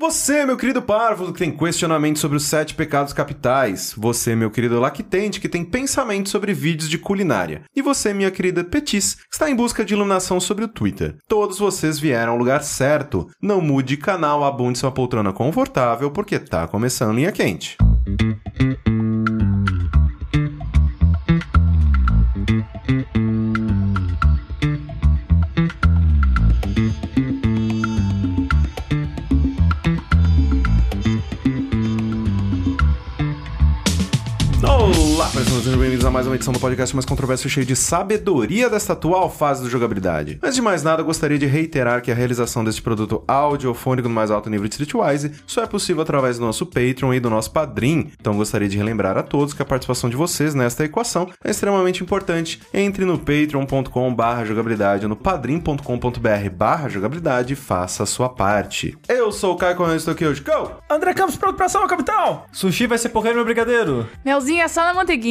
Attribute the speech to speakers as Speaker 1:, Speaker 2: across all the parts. Speaker 1: Você, meu querido parvo, que tem questionamento sobre os sete pecados capitais. Você, meu querido lactente, que tem pensamento sobre vídeos de culinária. E você, minha querida Petis, que está em busca de iluminação sobre o Twitter. Todos vocês vieram ao lugar certo. Não mude de canal, abunde sua poltrona confortável, porque tá começando linha quente. Olá, pessoas, sejam bem-vindos a mais uma edição do podcast mais controverso e cheio de sabedoria desta atual fase do jogabilidade. Antes de mais nada, eu gostaria de reiterar que a realização deste produto audiofônico no mais alto nível de Streetwise só é possível através do nosso Patreon e do nosso Padrim. Então gostaria de relembrar a todos que a participação de vocês nesta equação é extremamente importante. Entre no patreon.com barra jogabilidade ou no padrim.com.br barra jogabilidade e faça a sua parte. Eu sou o Caio Correia, estou aqui hoje. Go!
Speaker 2: André Campos, pronto pra ação, capitão! Sushi vai ser porcaria no meu brigadeiro.
Speaker 3: Melzinho é só na manteiguinha.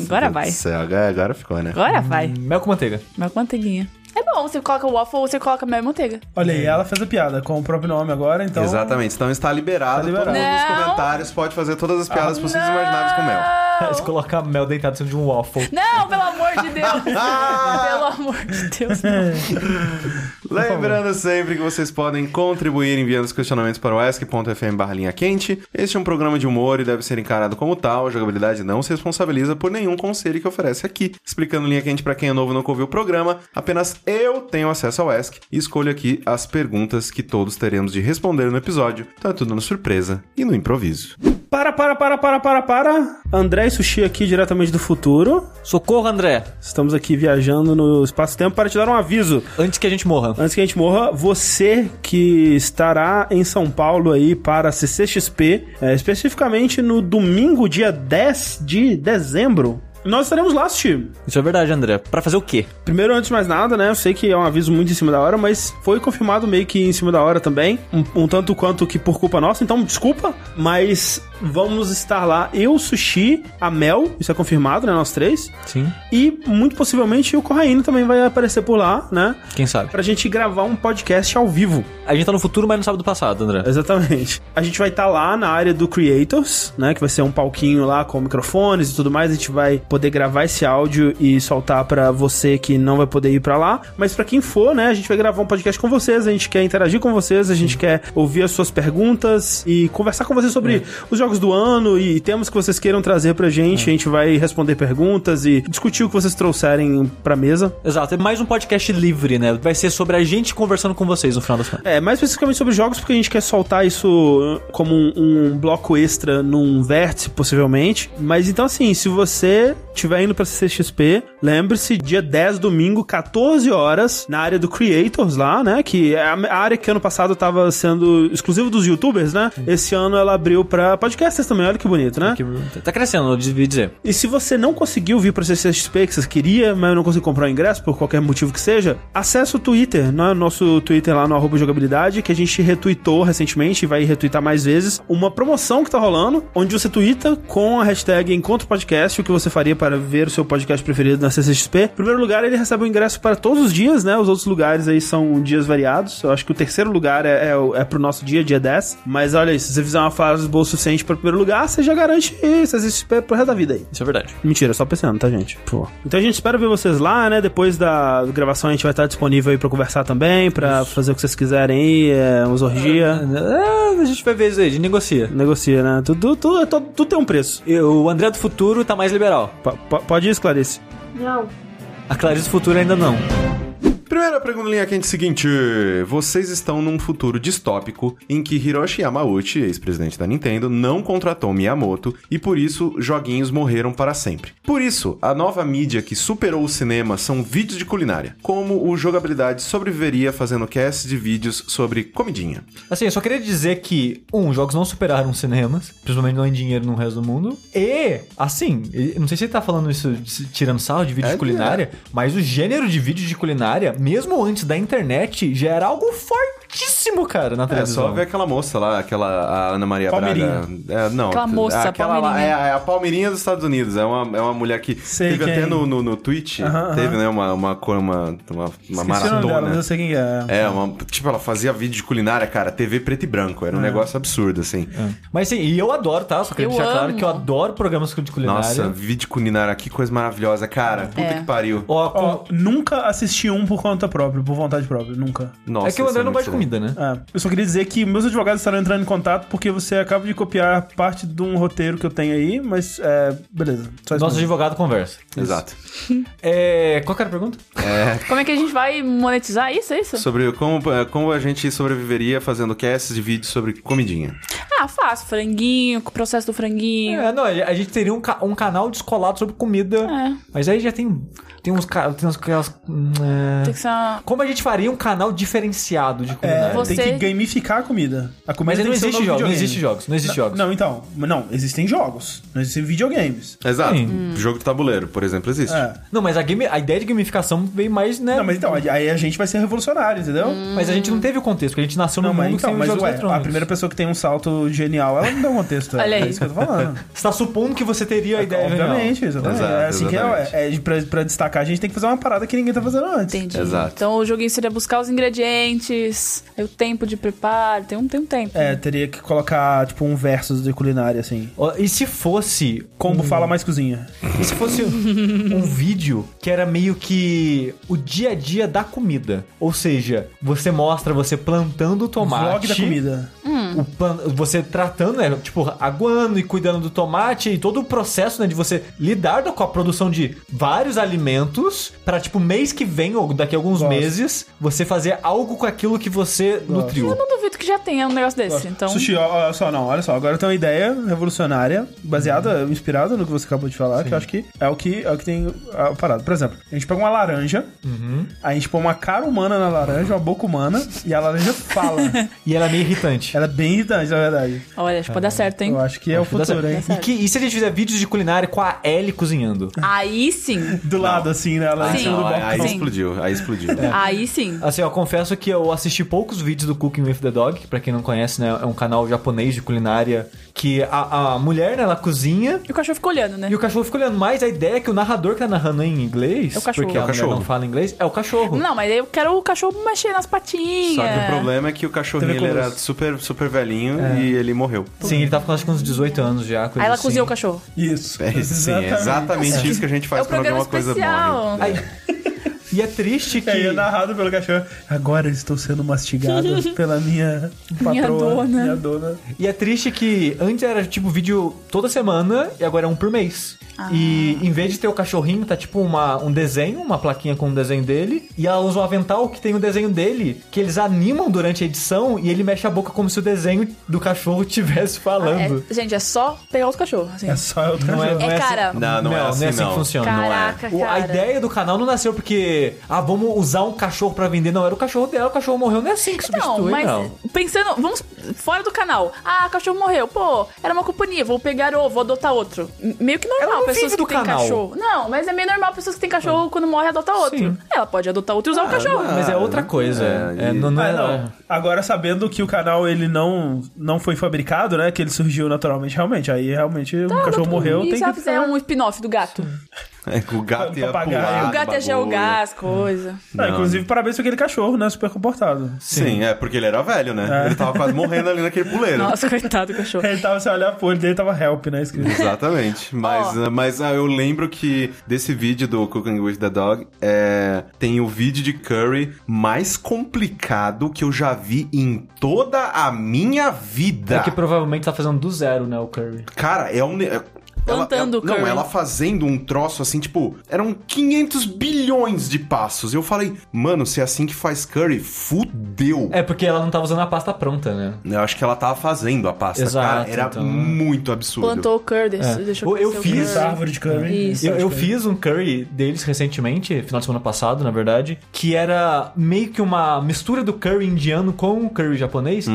Speaker 3: Agora vai.
Speaker 1: Céu, agora agora ficou, né?
Speaker 3: Agora vai.
Speaker 2: Mel com manteiga.
Speaker 3: Mel com manteiguinha. É bom, você coloca waffle ou você coloca mel e manteiga.
Speaker 4: Olha aí, ela fez a piada com o próprio nome agora, então.
Speaker 1: Exatamente, então está liberado.
Speaker 4: Tá liberado.
Speaker 1: Todo mundo nos
Speaker 3: Não.
Speaker 1: comentários pode fazer todas as piadas possíveis e imagináveis com mel.
Speaker 2: Se colocar mel deitado em cima de um waffle.
Speaker 3: Não, pelo amor de Deus. pelo amor de Deus. não.
Speaker 1: Lembrando sempre que vocês podem contribuir enviando os questionamentos para o ask.fm barra linha quente. Este é um programa de humor e deve ser encarado como tal. A jogabilidade não se responsabiliza por nenhum conselho que oferece aqui. Explicando linha quente para quem é novo e nunca ouviu o programa, apenas eu tenho acesso ao ask e escolho aqui as perguntas que todos teremos de responder no episódio. Então é tudo na surpresa e no improviso.
Speaker 4: Para, para, para, para, para, para. André e Sushi aqui diretamente do futuro.
Speaker 2: Socorro, André!
Speaker 4: Estamos aqui viajando no espaço-tempo para te dar um aviso.
Speaker 2: Antes que a gente morra.
Speaker 4: Antes que a gente morra, você que estará em São Paulo aí para a CCXP, é, especificamente no domingo, dia 10 de dezembro, nós estaremos lá, Sushi.
Speaker 2: Isso é verdade, André. Pra fazer o quê?
Speaker 4: Primeiro, antes de mais nada, né? Eu sei que é um aviso muito em cima da hora, mas foi confirmado meio que em cima da hora também. Um, um tanto quanto que por culpa nossa, então desculpa. Mas vamos estar lá. Eu, Sushi, a Mel, isso é confirmado, né? Nós três.
Speaker 2: Sim.
Speaker 4: E muito possivelmente o Corraine também vai aparecer por lá, né?
Speaker 2: Quem sabe?
Speaker 4: Pra gente gravar um podcast ao vivo.
Speaker 2: A gente tá no futuro, mas não sabe do passado, André.
Speaker 4: Exatamente. A gente vai estar lá na área do Creators, né? Que vai ser um palquinho lá com microfones e tudo mais. A gente vai poder gravar esse áudio e soltar pra você que não vai poder ir pra lá. Mas pra quem for, né? A gente vai gravar um podcast com vocês. A gente quer interagir com vocês. A gente quer ouvir as suas perguntas e conversar com vocês sobre os jogos do ano e temas que vocês queiram trazer pra gente. A gente vai responder perguntas e discutir o que vocês trouxerem pra mesa.
Speaker 2: Exato. É mais um podcast livre, né? Vai ser sobre a gente conversando com vocês no final das contas.
Speaker 4: É, mais especificamente sobre jogos, porque a gente quer soltar isso uh, como um, um bloco extra num vértice, possivelmente. Mas então, assim, se você estiver indo pra CCXP, lembre-se, dia 10, domingo, 14 horas, na área do Creators lá, né? Que é a a área que ano passado tava sendo exclusiva dos youtubers, né? Esse ano ela abriu pra podcasters também, olha que bonito, né?
Speaker 2: Que- Tá crescendo, eu devia dizer.
Speaker 4: E se você não conseguiu vir para CCXP que você queria, mas não conseguiu comprar o ingresso por qualquer motivo que seja, acessa o Twitter, né? nosso Twitter lá no arroba jogabilidade, que a gente retweetou recentemente e vai retweetar mais vezes, uma promoção que tá rolando, onde você twitta com a hashtag Encontro Podcast, o que você faria para ver o seu podcast preferido na CCXP. Em primeiro lugar, ele recebe o ingresso para todos os dias, né? Os outros lugares aí são dias variados. Eu acho que o terceiro lugar é, é, o- é pro nosso dia, dia 10. Mas olha aí, se você fizer uma frase boa o suficiente para o primeiro lugar, você já garante CCXP pro resto da vida aí.
Speaker 2: Isso é verdade.
Speaker 4: Mentira, só pensando, tá, gente? Pô. Então a gente espera ver vocês lá, né? Depois da gravação a gente vai estar disponível aí pra conversar também, pra fazer o que vocês quiserem aí, é, uns orgia.
Speaker 2: É, a gente vai ver isso aí, a gente negocia.
Speaker 4: Negocia, né? Tudo, tudo, tudo, tudo tem um preço.
Speaker 2: E O André do futuro tá mais liberal.
Speaker 4: Po- po- pode ir, Clarice.
Speaker 2: A Clarice do futuro ainda não.
Speaker 1: Primeira pergunta linha quente é seguinte: vocês estão num futuro distópico em que Hiroshi Yamauchi, ex-presidente da Nintendo, não contratou Miyamoto e por isso joguinhos morreram para sempre. Por isso, a nova mídia que superou o cinema são vídeos de culinária, como o jogabilidade sobreviveria fazendo cast de vídeos sobre comidinha.
Speaker 2: Assim, eu só queria dizer que, um, jogos não superaram cinemas, principalmente não em dinheiro no resto do mundo. E, assim, e- não sei se ele tá falando isso de se- tirando sarro de vídeo
Speaker 1: É,
Speaker 2: de culinária, mas o gênero de vídeo de culinária, mesmo antes da internet, já era algo forte. importantíssimo, cara, na
Speaker 1: É
Speaker 2: televisão.
Speaker 1: só ver aquela moça lá, aquela a Ana Maria
Speaker 5: Palmeirinha.
Speaker 1: Braga. É, não,
Speaker 3: Aquela moça, a
Speaker 1: aquela lá,
Speaker 3: Palmeirinha.
Speaker 1: é, é a Palmeirinha dos Estados Unidos. É uma, é uma mulher que
Speaker 4: Sei
Speaker 1: teve
Speaker 4: quem.
Speaker 1: até no, no, no Twitch,
Speaker 4: Aham,
Speaker 1: teve, né, uma, uma, cor- uma, uma, uma
Speaker 4: Esqueci o nome dela, mas
Speaker 2: né?
Speaker 1: maratona.
Speaker 4: eu sei quem é.
Speaker 1: É, uma, tipo, ela fazia vídeo de culinária, cara, TV preto e branco.
Speaker 4: É.
Speaker 1: Era um negócio absurdo, assim.
Speaker 2: Mas sim, e eu adoro, tá? Só queria
Speaker 3: Eu
Speaker 2: deixar claro
Speaker 3: amo.
Speaker 2: que eu adoro programas de culinária.
Speaker 1: Nossa, vídeo de culinária, que coisa maravilhosa, cara. Puta
Speaker 3: É.
Speaker 1: que pariu.
Speaker 2: Ó, com-
Speaker 4: Ó, nunca assisti um por conta própria, por vontade própria, nunca.
Speaker 1: Nossa,
Speaker 2: é que o André não
Speaker 1: vai
Speaker 2: gosta de comida, né?
Speaker 4: É.
Speaker 5: Eu só queria dizer que meus advogados estarão entrando em contato porque você acaba de copiar parte de um roteiro que eu tenho aí, mas é. Beleza. Só isso
Speaker 2: Nosso
Speaker 5: mesmo.
Speaker 2: advogado conversa.
Speaker 1: Exato.
Speaker 2: É, qual que era a pergunta?
Speaker 3: Como é que a gente vai monetizar isso? É isso?
Speaker 1: Sobre como, como a gente sobreviveria fazendo casts de vídeo sobre comidinha.
Speaker 3: Ah, fácil. Franguinho, com o processo do franguinho.
Speaker 2: É, não, a gente teria um, ca- um canal descolado sobre comida.
Speaker 3: É.
Speaker 2: Mas aí já tem, tem uns caras. Tem uns, aquelas, hum, é.
Speaker 3: Tem que ser uma...
Speaker 2: Como a gente faria um canal diferenciado de
Speaker 4: É,
Speaker 2: culinária?
Speaker 3: Você-
Speaker 4: Tem que gamificar a comida. A comida
Speaker 2: Mas aí
Speaker 4: tem
Speaker 2: não
Speaker 4: que ser o
Speaker 2: existe
Speaker 4: novo
Speaker 2: jogos, não
Speaker 4: videogame.
Speaker 2: existe jogos, não existe jogos.
Speaker 4: Não, então. Não, existem jogos. Não existem videogames.
Speaker 1: Exato.
Speaker 2: Sim.
Speaker 1: Jogo de tabuleiro, por exemplo, existe.
Speaker 4: É.
Speaker 2: Não, mas a, game- a ideia de gamificação veio mais, né?
Speaker 4: Não, mas então, aí a gente vai ser revolucionário, entendeu?
Speaker 3: Hum.
Speaker 2: Mas a gente não teve o contexto, porque a gente nasceu
Speaker 4: Não,
Speaker 2: num
Speaker 4: mas
Speaker 2: mundo
Speaker 4: então,
Speaker 2: sem
Speaker 4: mas
Speaker 2: jogos
Speaker 4: ué, a
Speaker 2: eletrônicos.
Speaker 4: primeira pessoa que tem um salto genial, ela não dá um contexto.
Speaker 3: Olha
Speaker 4: é
Speaker 3: aí.
Speaker 4: isso que eu tô falando.
Speaker 2: Você tá supondo que você teria a ideia
Speaker 4: É,
Speaker 2: né?
Speaker 4: Obviamente, exatamente.
Speaker 1: Exato,
Speaker 4: é assim
Speaker 1: exatamente.
Speaker 4: que é, ué. é pra, pra destacar, a gente tem que fazer uma parada que ninguém tá fazendo antes.
Speaker 3: Entendi.
Speaker 1: Exato.
Speaker 3: Então o joguinho seria buscar os ingredientes, aí o tempo de preparo, tem um, tem um tempo.
Speaker 4: É, teria que colocar, tipo, um versus de culinária, assim.
Speaker 2: Ó, E se fosse.
Speaker 4: Combo
Speaker 2: um-
Speaker 4: fala mais cozinha.
Speaker 2: E se fosse um vídeo que era meio que o dia a dia da comida? Ou seja, você mostra você plantando o tomate.
Speaker 4: Vlog da comida.
Speaker 2: o plan- você tratando, né, tipo, aguando e cuidando do tomate e todo o processo, né, de você lidar com a produção de vários alimentos pra, tipo, mês que vem ou daqui a alguns
Speaker 4: Gosto.
Speaker 2: meses, você fazer algo com aquilo que você nutriu.
Speaker 3: Eu não duvido que já tenha um negócio desse. Então,
Speaker 4: Sushi, ó, olha só, não, olha só. Agora tem uma ideia revolucionária, baseada, inspirada no que você acabou de falar, que eu acho que é o que, é o que tem a parada. Por exemplo, a gente pega uma laranja,
Speaker 1: Uhum.
Speaker 4: a gente põe uma cara humana na laranja, uma boca humana, e a laranja fala.
Speaker 2: E era meio irritante.
Speaker 4: Ela é bem irritante, na verdade.
Speaker 3: olha, acho que pode dar certo, hein?
Speaker 4: Eu acho que é o
Speaker 2: Dá certo.
Speaker 4: futuro, hein?
Speaker 2: E, que- e se a gente fizer vídeos de culinária com a Ellie cozinhando?
Speaker 3: Aí sim.
Speaker 4: Do lado, assim, né? Ela
Speaker 3: Sim.
Speaker 4: em cima do
Speaker 1: Não, é. aí,
Speaker 4: balcão.
Speaker 1: aí
Speaker 3: Sim.
Speaker 1: explodiu, aí explodiu.
Speaker 3: Aí sim.
Speaker 2: Assim, eu confesso que eu assisti poucos vídeos do Cooking with the Dog, que pra quem não conhece, né, é um canal japonês de culinária que a, a mulher, né, ela cozinha
Speaker 3: E o cachorro fica olhando, né?
Speaker 2: E o cachorro fica olhando mais. A ideia é que o narrador que tá narrando em inglês,
Speaker 3: É o cachorro.
Speaker 2: porque
Speaker 3: É
Speaker 2: a
Speaker 3: o
Speaker 2: mulher
Speaker 1: cachorro.
Speaker 2: não fala inglês, é o cachorro.
Speaker 3: Não, mas eu quero o cachorro mexer nas patinhas.
Speaker 1: Só que o problema é que o cachorrinho
Speaker 4: Teve
Speaker 1: ele era
Speaker 4: conosco.
Speaker 1: super, super velhinho e ele morreu.
Speaker 2: Sim, ele tá com acho que uns 18 anos já. Coisa
Speaker 3: Aí ela
Speaker 2: assim.
Speaker 3: cozinha o cachorro.
Speaker 4: Isso.
Speaker 1: É, sim, é exatamente isso que a gente
Speaker 3: É
Speaker 1: faz
Speaker 3: o
Speaker 1: quando
Speaker 3: programa
Speaker 1: alguma coisa morre.
Speaker 3: especial.
Speaker 2: Aí- E é triste que.
Speaker 4: E aí é narrado pelo cachorro. Agora estou sendo mastigado pela minha patroa.
Speaker 3: Minha dona.
Speaker 4: Minha dona.
Speaker 2: E é triste que antes era tipo vídeo toda semana e agora é um por mês.
Speaker 3: Ah.
Speaker 2: E em vez de ter o cachorrinho, tá tipo uma, um desenho, uma plaquinha com o desenho dele. E ela usa um avental que tem o desenho dele, que eles animam durante a edição e ele mexe a boca como se o desenho do cachorro estivesse falando.
Speaker 3: É, gente, é só pegar outro cachorro. assim.
Speaker 4: É só o
Speaker 2: Não é, não
Speaker 4: cachorro.
Speaker 2: é assim-
Speaker 3: cara.
Speaker 1: Não, não é assim, não.
Speaker 2: que funciona. é.
Speaker 3: Caraca,
Speaker 2: O-
Speaker 3: cara.
Speaker 2: a ideia do canal não nasceu porque, ah, vamos usar um cachorro pra vender. Não, era o cachorro dela, o cachorro morreu. Não é assim que
Speaker 3: Não,
Speaker 2: substitui,
Speaker 3: Então, mas
Speaker 2: não.
Speaker 3: pensando, vamos fora do canal. Ah, o cachorro morreu. Pô, era uma companhia, vou pegar ou vou adotar outro. M- Meio que normal,
Speaker 2: não
Speaker 3: pessoas
Speaker 2: vive
Speaker 3: que
Speaker 2: do
Speaker 3: têm
Speaker 2: canal.
Speaker 3: cachorro. Não, mas é meio normal pessoas que têm cachorro quando morre adotar outro.
Speaker 2: Sim.
Speaker 3: Ela pode adotar outro e usar o cachorro.
Speaker 2: Mas é outra coisa.
Speaker 1: é,
Speaker 2: É, não, não
Speaker 4: Ah,
Speaker 2: é-
Speaker 4: não. Agora, sabendo que o canal ele não, não foi fabricado, né? Que ele surgiu naturalmente, realmente. Aí realmente
Speaker 3: Tá,
Speaker 4: o cachorro morreu.
Speaker 3: E
Speaker 4: Tem
Speaker 3: se ela
Speaker 4: que
Speaker 3: fizer um spin-off do gato?
Speaker 1: É, O gato ia
Speaker 4: Papagaio.
Speaker 1: pular.
Speaker 3: o gato ia
Speaker 1: é
Speaker 3: geogar as coisas.
Speaker 4: Ah,
Speaker 1: Não.
Speaker 4: Inclusive, parabéns pra aquele cachorro, né? Super comportado.
Speaker 1: Sim, é porque ele era velho, né? Ele tava quase morrendo ali naquele
Speaker 2: É.
Speaker 1: puleiro.
Speaker 3: Nossa, coitado do cachorro.
Speaker 4: Ele tava, se olhar pro olho dele, tava help, né? Escrito.
Speaker 1: Exatamente. Mas, ah, mas ah, eu lembro que desse vídeo do Cooking with the Dog é, tem o vídeo de curry mais complicado que eu já vi em toda a minha vida.
Speaker 2: É que provavelmente tá fazendo do zero, né, o Curry.
Speaker 1: Cara, é um. ne- é- ela-
Speaker 3: Plantando
Speaker 1: ela- Não,
Speaker 3: curry.
Speaker 1: ela fazendo um troço assim, tipo, eram 500 bilhões de passos. Eu falei, mano, se é assim que faz curry, fudeu.
Speaker 2: É porque ela não tava usando a pasta pronta, né?
Speaker 1: Eu acho que ela tava fazendo a pasta,
Speaker 2: Exato,
Speaker 1: cara. Era
Speaker 2: então.
Speaker 1: muito absurdo.
Speaker 3: Plantou o curd,
Speaker 2: É.
Speaker 3: deixou
Speaker 2: Eu- eu
Speaker 3: crescer o
Speaker 2: fiz- Tá.
Speaker 3: curd.
Speaker 4: árvore de curry.
Speaker 3: Isso.
Speaker 2: Eu, eu
Speaker 4: Sabe,
Speaker 2: fiz um curry deles recentemente, final de semana passado, na verdade, que era meio que uma mistura do curry indiano com o curry japonês. É.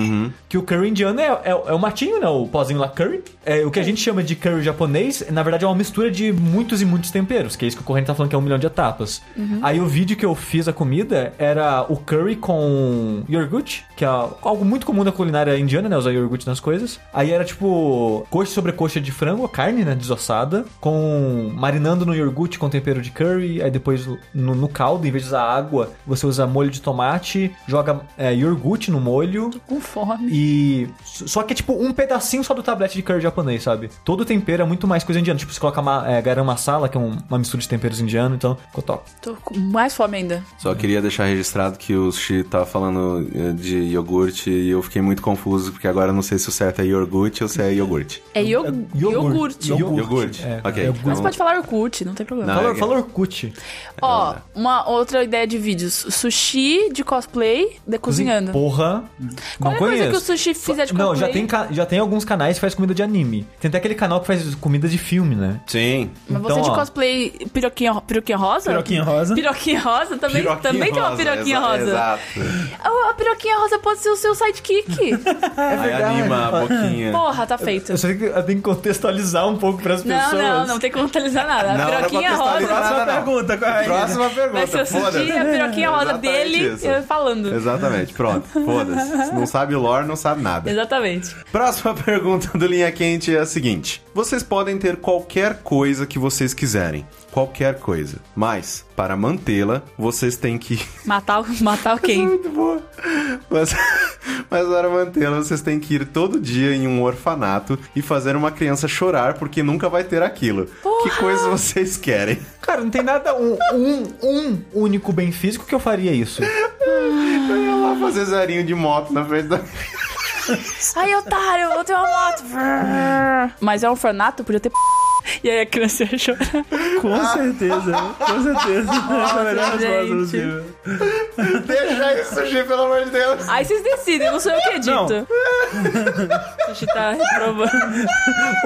Speaker 2: Que o curry indiano é, é, é o matinho, né? O pozinho lá curry. É, o que a gente chama de curry japonês fez, na verdade, é uma mistura de muitos e muitos temperos, que é isso que o Corrente tá falando que é um milhão de etapas. Aí o vídeo que eu fiz a comida era o curry com iogurte, que é algo muito comum da culinária indiana, né? Usar iogurte nas coisas. Aí era tipo coxa sobre coxa de frango, a carne, né? Desossada, com marinando no iogurte com tempero de curry, aí depois no, no caldo, em vez de usar água, você usa molho de tomate, joga é, iogurte no molho.
Speaker 3: Com fome.
Speaker 2: E. Só que é tipo um pedacinho só do tablete de curry japonês, sabe? Todo tempero é muito mais coisa indiana. Tipo, você coloca ma, é, garam masala, que é um- uma mistura de temperos indiano, então ficou top.
Speaker 3: Tô com mais fome ainda.
Speaker 1: Só queria deixar registrado que o Sushi tava falando eh, de iogurte e eu fiquei muito confuso, porque agora eu não sei se o certo é iogurte ou se é iogurte.
Speaker 3: É iog- iogurte.
Speaker 2: Iogurte. Ah,
Speaker 1: Iogurte.
Speaker 2: É,
Speaker 1: ok.
Speaker 2: é,
Speaker 1: então-
Speaker 3: Mas pode falar iogurte, não tem problema.
Speaker 1: Não.
Speaker 2: Fala,
Speaker 1: é-
Speaker 2: fala Orkut.
Speaker 3: Ó, uma outra ideia de vídeos. Sushi de cosplay de cozinhando.
Speaker 2: Porra. Não
Speaker 3: Qualquer coisa que o
Speaker 2: conheço.
Speaker 3: sushi fizer de
Speaker 2: Não,
Speaker 3: cosplay.
Speaker 2: já tem, ca- já tem alguns canais que faz comida de anime. Tem até aquele canal que faz comida de filme, né?
Speaker 1: Sim.
Speaker 3: Mas
Speaker 2: Então,
Speaker 3: você de
Speaker 2: ó.
Speaker 3: cosplay piroquinha, piroquinha rosa?
Speaker 4: Piroquinha rosa.
Speaker 3: Piroquinha rosa também,
Speaker 1: Piroquinha
Speaker 3: também tem uma
Speaker 1: rosa,
Speaker 3: piroquinha
Speaker 1: exa-
Speaker 3: rosa.
Speaker 1: Exato.
Speaker 3: A- A piroquinha rosa pode ser o seu sidekick.
Speaker 1: Aí anima a boquinha.
Speaker 3: Porra, tá feito.
Speaker 2: Eu sei que eu tenho que contextualizar um pouco pras
Speaker 3: Não,
Speaker 2: pessoas.
Speaker 3: não, não tem que contabilizar nada.
Speaker 1: Não, não
Speaker 3: a piroquinha
Speaker 1: vou contabilizar
Speaker 3: rosa.
Speaker 1: nada.
Speaker 4: Próxima
Speaker 1: não.
Speaker 4: pergunta, qual é?
Speaker 1: Próxima pergunta.
Speaker 3: Vai ser o
Speaker 1: foda-se.
Speaker 3: sushi, é a piroquinha rosa
Speaker 1: Exatamente
Speaker 3: dele
Speaker 1: isso.
Speaker 3: eu falando.
Speaker 1: Exatamente, pronto. Foda-se. Se Não sabe lore, não sabe nada.
Speaker 3: Exatamente.
Speaker 1: Próxima pergunta do Linha Quente é a seguinte: Vocês podem ter qualquer coisa que vocês quiserem. Qualquer coisa. Mas, para mantê-la, vocês têm que.
Speaker 3: Matar, o- matar quem?
Speaker 1: Muito boa. Mas, mas para mantê-la, vocês têm que ir todo dia em um orfanato e fazer uma criança chorar porque nunca vai ter aquilo. Que coisa vocês querem?
Speaker 2: Cara, não tem nada, um, um, um único bem físico que eu faria isso.
Speaker 1: Eu ia lá fazer zerinho de moto na frente da.
Speaker 3: Ai, otário, eu tenho uma moto. Mas é um orfanato, podia ter p. E aí a criança ia chorar.
Speaker 4: Com certeza, com certeza. Essa é a melhor resposta
Speaker 3: gente.
Speaker 4: possível.
Speaker 1: Deixa isso, sushi, pelo amor de Deus.
Speaker 3: Aí vocês decidem, não sou eu que edito.
Speaker 4: Não.
Speaker 3: O Sushi tá reprovando.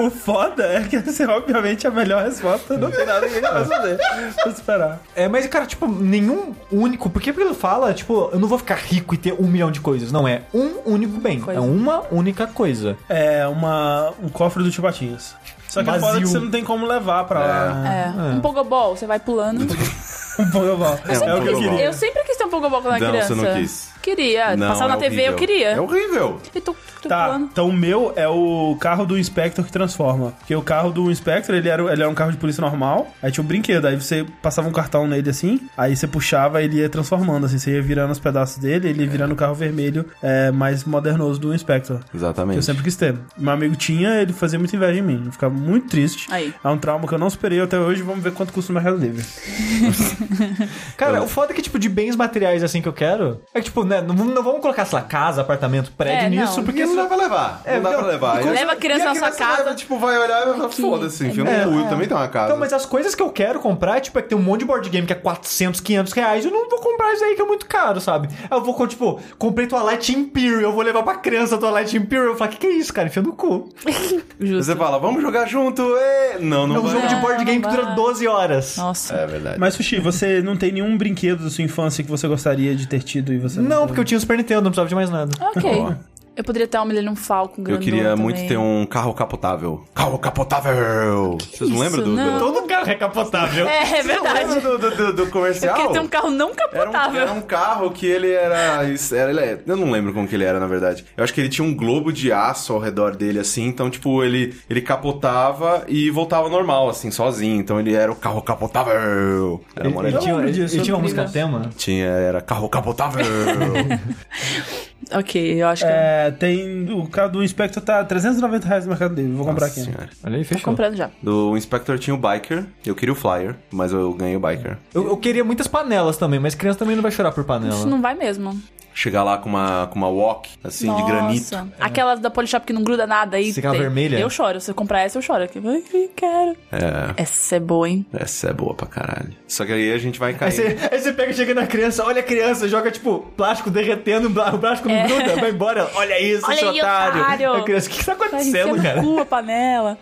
Speaker 4: O foda é que essa é obviamente a melhor resposta. Não tem nada que a gente vai fazer. Vou esperar.
Speaker 2: É, mas, cara, tipo, nenhum único. Por que ele fala, tipo, eu não vou ficar rico e ter um milhão de coisas? Não, é um único bem.
Speaker 3: Coisa.
Speaker 2: É uma única coisa.
Speaker 4: É uma, um cofre do Tio Patinhas. Só que
Speaker 2: Vazio.
Speaker 4: é foda que você não tem como levar pra lá.
Speaker 3: É, um pogobol, você vai pulando.
Speaker 4: Um pogobol.
Speaker 1: sempre
Speaker 4: É o que eu
Speaker 1: quis-
Speaker 4: queria.
Speaker 3: Eu sempre quis ter um pogobol quando era
Speaker 1: Não,
Speaker 3: criança.
Speaker 1: você não quis.
Speaker 3: Queria.
Speaker 1: Não,
Speaker 3: Passava
Speaker 1: é
Speaker 3: na TV, eu
Speaker 1: horrível.
Speaker 3: queria.
Speaker 1: É horrível.
Speaker 3: E tô, tô
Speaker 4: Tá,
Speaker 3: pulando.
Speaker 4: então o meu é o carro do Inspector que transforma. Porque o carro do Inspector, ele era, ele era um carro de polícia normal, aí tinha um brinquedo, aí você passava um cartão nele assim, aí você puxava ele ia transformando, assim, você ia virando os pedaços dele, ele ia virando o carro vermelho é, mais modernoso do Inspector. Que eu
Speaker 1: Exatamente.
Speaker 4: sempre quis ter. Meu amigo tinha, ele fazia muita inveja em mim. Eu ficava muito triste.
Speaker 3: Aí.
Speaker 4: É um trauma que eu não superei até hoje. Vamos ver quanto custa o Mercado Livre.
Speaker 2: Cara,
Speaker 1: Eu-
Speaker 2: o foda é que, tipo, de bens materiais assim que eu quero. É que, tipo, né, não, vamos- não vamos colocar, sei lá, casa, apartamento, prédio
Speaker 3: É,
Speaker 2: nisso,
Speaker 3: não.
Speaker 2: porque.
Speaker 1: Porque não dá pra levar.
Speaker 2: É,
Speaker 1: não dá
Speaker 2: não.
Speaker 1: pra levar.
Speaker 3: Leva
Speaker 1: E
Speaker 3: a criança na sua casa.
Speaker 1: Vai, tipo, vai olhar e vai falar, foda-se, enfim,
Speaker 3: é,
Speaker 1: no cu,
Speaker 3: é.
Speaker 1: eu também tem uma casa.
Speaker 2: Então, mas as coisas que eu quero comprar, tipo, é que tem um monte de board game que é 400, 500 reais, eu não vou comprar isso aí que é muito caro, sabe? Eu vou, com- tipo, comprei Twilight Imperial, eu vou levar pra criança Twilight Imperial. Eu falo, que que é isso, cara? Enfia no cu.
Speaker 3: Justo.
Speaker 1: Você fala, vamos jogar junto, ê! Não, não
Speaker 2: É um
Speaker 1: vai.
Speaker 2: jogo de board
Speaker 3: não
Speaker 2: game que dura
Speaker 3: vai.
Speaker 2: 12 horas.
Speaker 3: Nossa.
Speaker 1: É verdade.
Speaker 4: Mas, Sushi, você não tem nenhum brinquedo da sua infância que você gostaria de ter tido e você
Speaker 2: Não,
Speaker 4: teve?
Speaker 2: porque eu tinha o Super Nintendo, não precisava de mais nada.
Speaker 3: Ok.
Speaker 1: Ó.
Speaker 3: Eu poderia ter um milênio falco
Speaker 1: Eu
Speaker 3: grandão
Speaker 1: queria
Speaker 3: também.
Speaker 1: muito ter um carro capotável. Carro capotável! Vocês não
Speaker 3: isso,
Speaker 1: lembram do, do,
Speaker 3: não.
Speaker 2: Todo carro é capotável.
Speaker 3: É, é
Speaker 1: lembra tá
Speaker 3: verdade.
Speaker 1: do, do, do- do
Speaker 3: Eu
Speaker 1: comercial?
Speaker 3: queria ter um carro
Speaker 1: Era
Speaker 3: não
Speaker 1: um,
Speaker 3: capotável.
Speaker 1: era um carro que ele era, era- ele é- Eu não lembro como que ele era, na verdade. Eu acho que ele tinha um globo de aço ao redor dele, assim. Então, tipo, ele, ele capotava e voltava normal, assim, sozinho. Então, ele era o carro capotável. Era
Speaker 2: Ele, ele
Speaker 1: maravilhoso.
Speaker 2: tinha,
Speaker 4: lembro
Speaker 2: ele-
Speaker 4: disso,
Speaker 2: ele tinha uma
Speaker 3: incrível.
Speaker 2: música tema.
Speaker 1: Tinha, era carro capotável.
Speaker 3: Ok, eu acho que...
Speaker 4: É, tem. O carro do Inspector tá 390 reais no Mercado Livre. Vou comprar
Speaker 1: Nossa
Speaker 4: aqui.
Speaker 1: senhora.
Speaker 2: Olha aí,
Speaker 3: Tô
Speaker 2: fechou.
Speaker 3: comprando já.
Speaker 1: Do Inspector tinha o Biker. Eu queria o Flyer, mas eu ganhei o Biker.
Speaker 2: Eu, eu queria muitas panelas também, mas criança também não vai chorar por
Speaker 3: Isso
Speaker 2: panela.
Speaker 3: não vai mesmo.
Speaker 1: Chegar lá com uma, com uma walk, assim,
Speaker 3: Nossa.
Speaker 1: de granito.
Speaker 3: Aquelas da Polishop que não gruda nada aí.
Speaker 2: Fica vermelha.
Speaker 3: Eu choro. Se eu comprar essa, eu choro. Eu fico, Ai, quero.
Speaker 1: É.
Speaker 3: Essa é boa, hein?
Speaker 1: Essa é boa pra caralho. Só que aí a gente vai
Speaker 2: Aí
Speaker 1: cair.
Speaker 2: você, aí você pega e chega na criança, olha a criança, joga tipo plástico derretendo, o plástico não gruda, vai embora. ela, Olha isso,
Speaker 3: É. Olha
Speaker 2: seu
Speaker 3: aí,
Speaker 2: otário.
Speaker 3: otário.
Speaker 2: A criança, o que, que tá
Speaker 3: Vai enfiar
Speaker 2: acontecendo,
Speaker 3: no
Speaker 2: cara?
Speaker 3: cu a panela.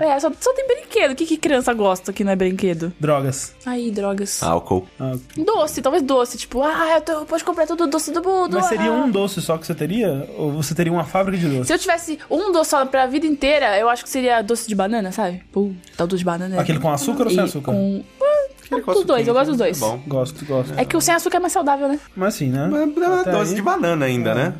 Speaker 3: é, só, só tem brinquedo. O que, que criança gosta que não é brinquedo?
Speaker 4: Drogas.
Speaker 3: Aí, drogas.
Speaker 1: Álcool.
Speaker 4: Ah,
Speaker 3: Doce, talvez doce. Tipo, ah, eu tô, pode comprar tudo doce do mundo.
Speaker 4: Mas seria
Speaker 3: ah.
Speaker 4: um doce só que você teria? Ou você teria uma fábrica de doce?
Speaker 3: Se eu tivesse um doce só pra vida inteira, eu acho que seria doce de banana, sabe? Pô, tal doce de banana. é-
Speaker 4: Aquele com açúcar ou sem
Speaker 3: E
Speaker 4: açúcar?
Speaker 3: com- Ah, Os dois, eu gosto dos dois.
Speaker 1: É bom.
Speaker 4: Gosto, gosto.
Speaker 3: É que o sem açúcar é mais saudável, né?
Speaker 4: Mas assim, né?
Speaker 1: Mas dá uma
Speaker 4: Até
Speaker 1: dose
Speaker 4: aí.
Speaker 1: de banana ainda, né?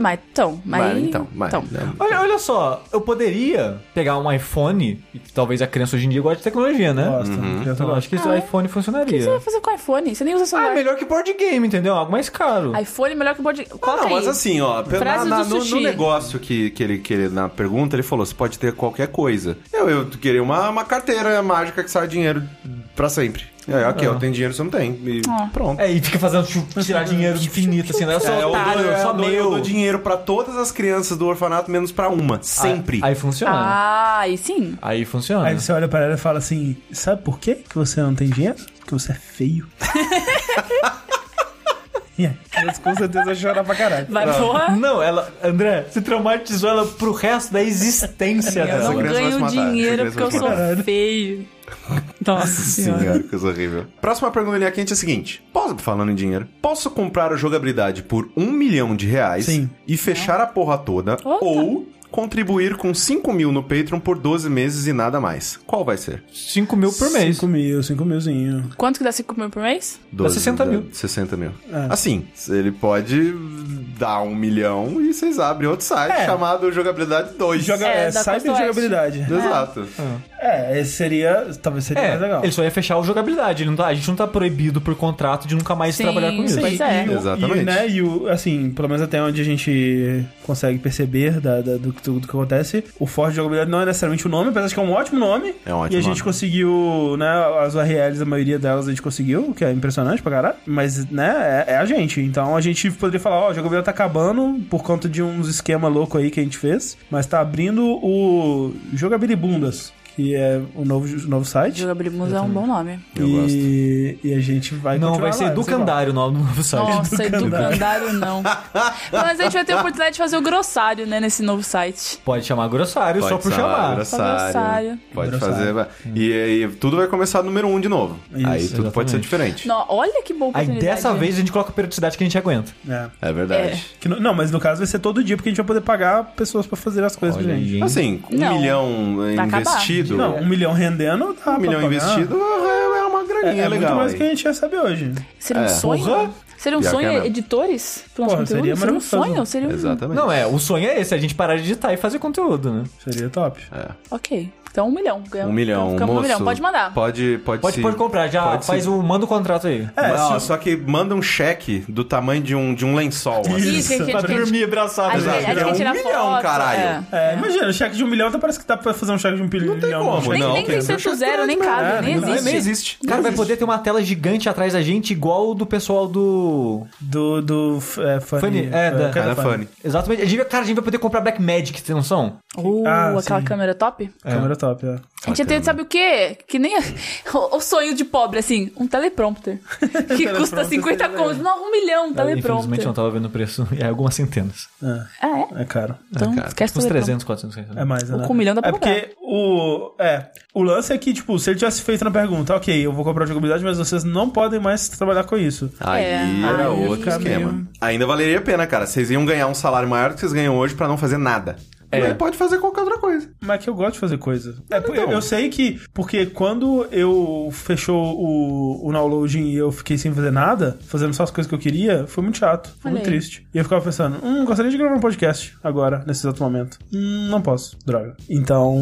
Speaker 3: Mas então, mas.
Speaker 1: Vai, então, vai. Não.
Speaker 2: Olha, olha só, eu poderia pegar um iPhone, e talvez a criança hoje em dia goste de tecnologia, né?
Speaker 4: Gosto. Criança
Speaker 2: Então eu
Speaker 4: gosta.
Speaker 2: acho que esse iPhone funcionaria.
Speaker 3: O Ah, que você vai fazer com o iPhone? Você nem usa celular.
Speaker 2: É. Ah, melhor que board game, entendeu? Algo mais caro.
Speaker 3: iPhone é melhor que o board.
Speaker 1: Ah,
Speaker 3: Coloca
Speaker 1: não,
Speaker 3: aí.
Speaker 1: mas assim, ó, pe- na,
Speaker 3: Frase
Speaker 1: na-
Speaker 3: do
Speaker 1: no,
Speaker 3: sushi.
Speaker 1: no negócio que, que, ele, que ele, na pergunta, ele falou: você pode ter qualquer coisa. Eu, eu queria uma, uma carteira mágica que sai dinheiro pra sempre. É, ok, eu tenho dinheiro, você não tem. E
Speaker 3: Ah.
Speaker 1: pronto.
Speaker 2: É, e fica fazendo chu- tirar dinheiro infinito, assim, né? Eu sou
Speaker 1: É, eu dou-
Speaker 2: otário, eu
Speaker 1: eu
Speaker 2: sou
Speaker 1: dou- eu dou
Speaker 2: meu.
Speaker 1: dinheiro pra todas as crianças do orfanato, menos pra uma. Sempre.
Speaker 2: Ah, Aí funciona.
Speaker 3: Ah, aí sim.
Speaker 2: Aí funciona.
Speaker 4: Aí você olha pra ela e fala assim: Sabe por quê que você não tem dinheiro? Porque você é feio. e é. aí? Elas com certeza vão chorar pra caralho.
Speaker 3: Vai, porra.
Speaker 2: Não, ela. André, você traumatizou ela pro resto da existência
Speaker 3: Eu
Speaker 1: Essa
Speaker 2: dela.
Speaker 3: não
Speaker 1: criança vai se
Speaker 3: ganho
Speaker 1: matar, essa
Speaker 3: dinheiro
Speaker 1: criança
Speaker 3: porque eu
Speaker 1: vai se
Speaker 3: sou
Speaker 4: matar.
Speaker 3: feio. Nossa senhora.
Speaker 1: Senhora, que coisa horrível. Próxima pergunta da linha quente é a seguinte: posso, falando em dinheiro, posso comprar a jogabilidade por um milhão de reais
Speaker 4: Sim.
Speaker 1: e fechar a porra toda?
Speaker 3: Opa.
Speaker 1: Ou contribuir com 5 mil no Patreon por 12 meses e nada mais? Qual vai ser?
Speaker 2: 5 mil por mês.
Speaker 4: 5 mil, 5 milzinho.
Speaker 1: é.
Speaker 3: Quanto que dá 5 mil por mês?
Speaker 2: 60
Speaker 1: dá-
Speaker 2: mil.
Speaker 1: 60 mil.
Speaker 4: É.
Speaker 1: Assim, ele pode dar um milhão e vocês abrem outro site
Speaker 4: É.
Speaker 1: chamado Jogabilidade 2.
Speaker 4: Joga,
Speaker 3: É,
Speaker 4: é,
Speaker 3: da
Speaker 4: sai
Speaker 3: Costa
Speaker 4: de
Speaker 3: Oeste.
Speaker 4: jogabilidade.
Speaker 1: Exato.
Speaker 4: É, esse seria. Talvez seria mais
Speaker 2: É,
Speaker 4: legal.
Speaker 2: ele só ia fechar a jogabilidade. Ele não tá- a gente não tá proibido por contrato de nunca mais
Speaker 3: Sim,
Speaker 2: trabalhar com
Speaker 3: sim.
Speaker 2: isso.
Speaker 3: Pois é.
Speaker 4: E o-
Speaker 1: Exatamente.
Speaker 4: E, né, e o, assim, pelo menos até onde a gente consegue perceber da- da- do, do- do que acontece, o forte de jogabilidade não é necessariamente o nome, apesar de que é um ótimo nome.
Speaker 1: É um ótimo
Speaker 4: E a gente
Speaker 1: nome.
Speaker 4: conseguiu, né, as URLs, a maioria delas a gente conseguiu, o que é impressionante pra caralho. Mas, né, é, é a gente. Então a gente poderia falar, ó, a jogabilidade tá acabando por conta de uns esquema louco aí que a gente fez, mas tá abrindo o Jogabilibundas. Que é o novo, o novo site.
Speaker 3: Jogabilimus é um bom nome.
Speaker 1: Eu gosto.
Speaker 4: e, e a gente vai
Speaker 2: Não,
Speaker 4: continuar
Speaker 2: vai ser
Speaker 4: lá, é sei lá.
Speaker 2: Educandário o nome do novo site.
Speaker 3: Nossa,
Speaker 4: Educandário.
Speaker 3: educandário não. Mas a gente vai ter a oportunidade de fazer o grossário, né, nesse novo site.
Speaker 2: Pode chamar grossário
Speaker 4: É
Speaker 2: só por chamar.
Speaker 1: Grossário.
Speaker 3: Grossário.
Speaker 1: Pode
Speaker 4: Grossário.
Speaker 1: fazer. vai. E aí tudo vai começar do número um de novo.
Speaker 4: Isso,
Speaker 1: aí tudo pode ser
Speaker 2: exatamente.
Speaker 1: diferente.
Speaker 3: Não, olha que boa
Speaker 2: Aí
Speaker 3: oportunidade. né?
Speaker 2: dessa vez a gente coloca a periodicidade que a gente aguenta.
Speaker 4: É.
Speaker 1: É verdade.
Speaker 4: Que no- não, mas no caso vai ser todo dia, porque a gente vai poder pagar pessoas pra fazer as coisas pra gente.
Speaker 1: Assim, um
Speaker 3: É. Não.
Speaker 1: milhão eh,
Speaker 3: Pra acabar.
Speaker 1: investido.
Speaker 4: Não, um milhão rendendo, tá?
Speaker 1: Um milhão investido é é uma
Speaker 4: É,
Speaker 1: graninha
Speaker 4: é muito
Speaker 1: legal.
Speaker 4: mais
Speaker 1: aí.
Speaker 4: do que a gente recebe hoje.
Speaker 3: Seria um
Speaker 1: É.
Speaker 3: sonho?
Speaker 2: Porra.
Speaker 3: Seria um
Speaker 1: Pior que
Speaker 3: sonho
Speaker 1: é mesmo.
Speaker 3: editores? Pra nosso
Speaker 4: Porra,
Speaker 3: conteúdo?
Speaker 4: seria
Speaker 3: um
Speaker 4: maravilhoso.
Speaker 3: sonho? Seria um...
Speaker 1: Exatamente.
Speaker 2: Não, é, o sonho é esse, a gente parar de editar e fazer conteúdo, né?
Speaker 4: Seria top.
Speaker 1: É.
Speaker 3: Ok. Então um milhão.
Speaker 1: Um milhão,
Speaker 3: Ficamos com um
Speaker 1: moço.
Speaker 3: milhão. Pode mandar.
Speaker 1: Pode, pode,
Speaker 2: Pode,
Speaker 1: se-
Speaker 2: pode comprar, já
Speaker 1: pode
Speaker 2: faz
Speaker 1: se-
Speaker 2: o. Manda o contrato aí.
Speaker 1: Não,
Speaker 4: se-
Speaker 1: só que manda um cheque do tamanho de um, de um lençol. assim.
Speaker 3: Isso, que a gente- que a gente-
Speaker 2: abraçado.
Speaker 3: a gente,
Speaker 1: Exato.
Speaker 3: a gente
Speaker 1: É
Speaker 3: quer
Speaker 1: um
Speaker 3: tirar
Speaker 1: milhão,
Speaker 3: foto.
Speaker 1: caralho.
Speaker 3: É.
Speaker 4: É, imagina, o cheque de um milhão tá parece que dá pra fazer um cheque de um bilhão.
Speaker 1: tem como,
Speaker 4: um
Speaker 3: Nem,
Speaker 1: Não,
Speaker 3: nem
Speaker 1: tem
Speaker 3: tem
Speaker 1: essa
Speaker 3: tanto zero, nem cabe, nem
Speaker 4: não,
Speaker 3: existe.
Speaker 2: Nem existe. Cara, vai poder ter uma tela gigante atrás da gente, igual o do pessoal do.
Speaker 4: Do, do f- é, funny,
Speaker 2: Funny, é, da-
Speaker 1: Cara,
Speaker 4: cada
Speaker 1: funny.
Speaker 2: Exatamente. A gente, cara, a gente vai poder comprar Blackmagic, tem noção?
Speaker 3: Uh,
Speaker 4: Ah,
Speaker 3: aquela
Speaker 4: sim.
Speaker 3: câmera top.
Speaker 4: Câmera top, é.
Speaker 3: A gente ia ter, sabe o quê? Que nem o o sonho de pobre, assim, um teleprompter. Que custa 50 contos. Não, um milhão,
Speaker 2: Infelizmente
Speaker 3: um
Speaker 2: eu
Speaker 3: teleprompter.
Speaker 2: não tava vendo o preço. É algumas centenas.
Speaker 4: É,
Speaker 3: Ah, é?
Speaker 4: é caro.
Speaker 3: Então,
Speaker 1: cara,
Speaker 3: esquece o
Speaker 2: Uns
Speaker 3: teleprompter.
Speaker 2: 300, 400 reais.
Speaker 4: É mais, né?
Speaker 3: Com um milhão dá pra
Speaker 4: É porque o... É, o lance é que, tipo, se ele tivesse feito na pergunta, ok, eu vou comprar jogabilidade, mas vocês não podem mais trabalhar com isso.
Speaker 1: Aí
Speaker 3: É.
Speaker 1: era
Speaker 4: Aí
Speaker 1: outro
Speaker 4: fica meio-
Speaker 1: esquema. Ainda valeria a pena, cara. Vocês iam ganhar um salário maior do que vocês ganham hoje pra não fazer nada.
Speaker 2: É.
Speaker 1: Aí pode fazer qualquer outra coisa.
Speaker 4: Mas é que eu gosto de fazer coisa. É, porque eu, eu sei que. Porque quando eu fechou o, o downloading e eu fiquei sem fazer nada, fazendo só as coisas que eu queria, foi muito chato. Foi
Speaker 3: Olha
Speaker 4: muito
Speaker 3: aí.
Speaker 4: triste. E eu ficava pensando, hum, gostaria de gravar um podcast agora, nesse exato momento. Hum, não posso. Droga. Então,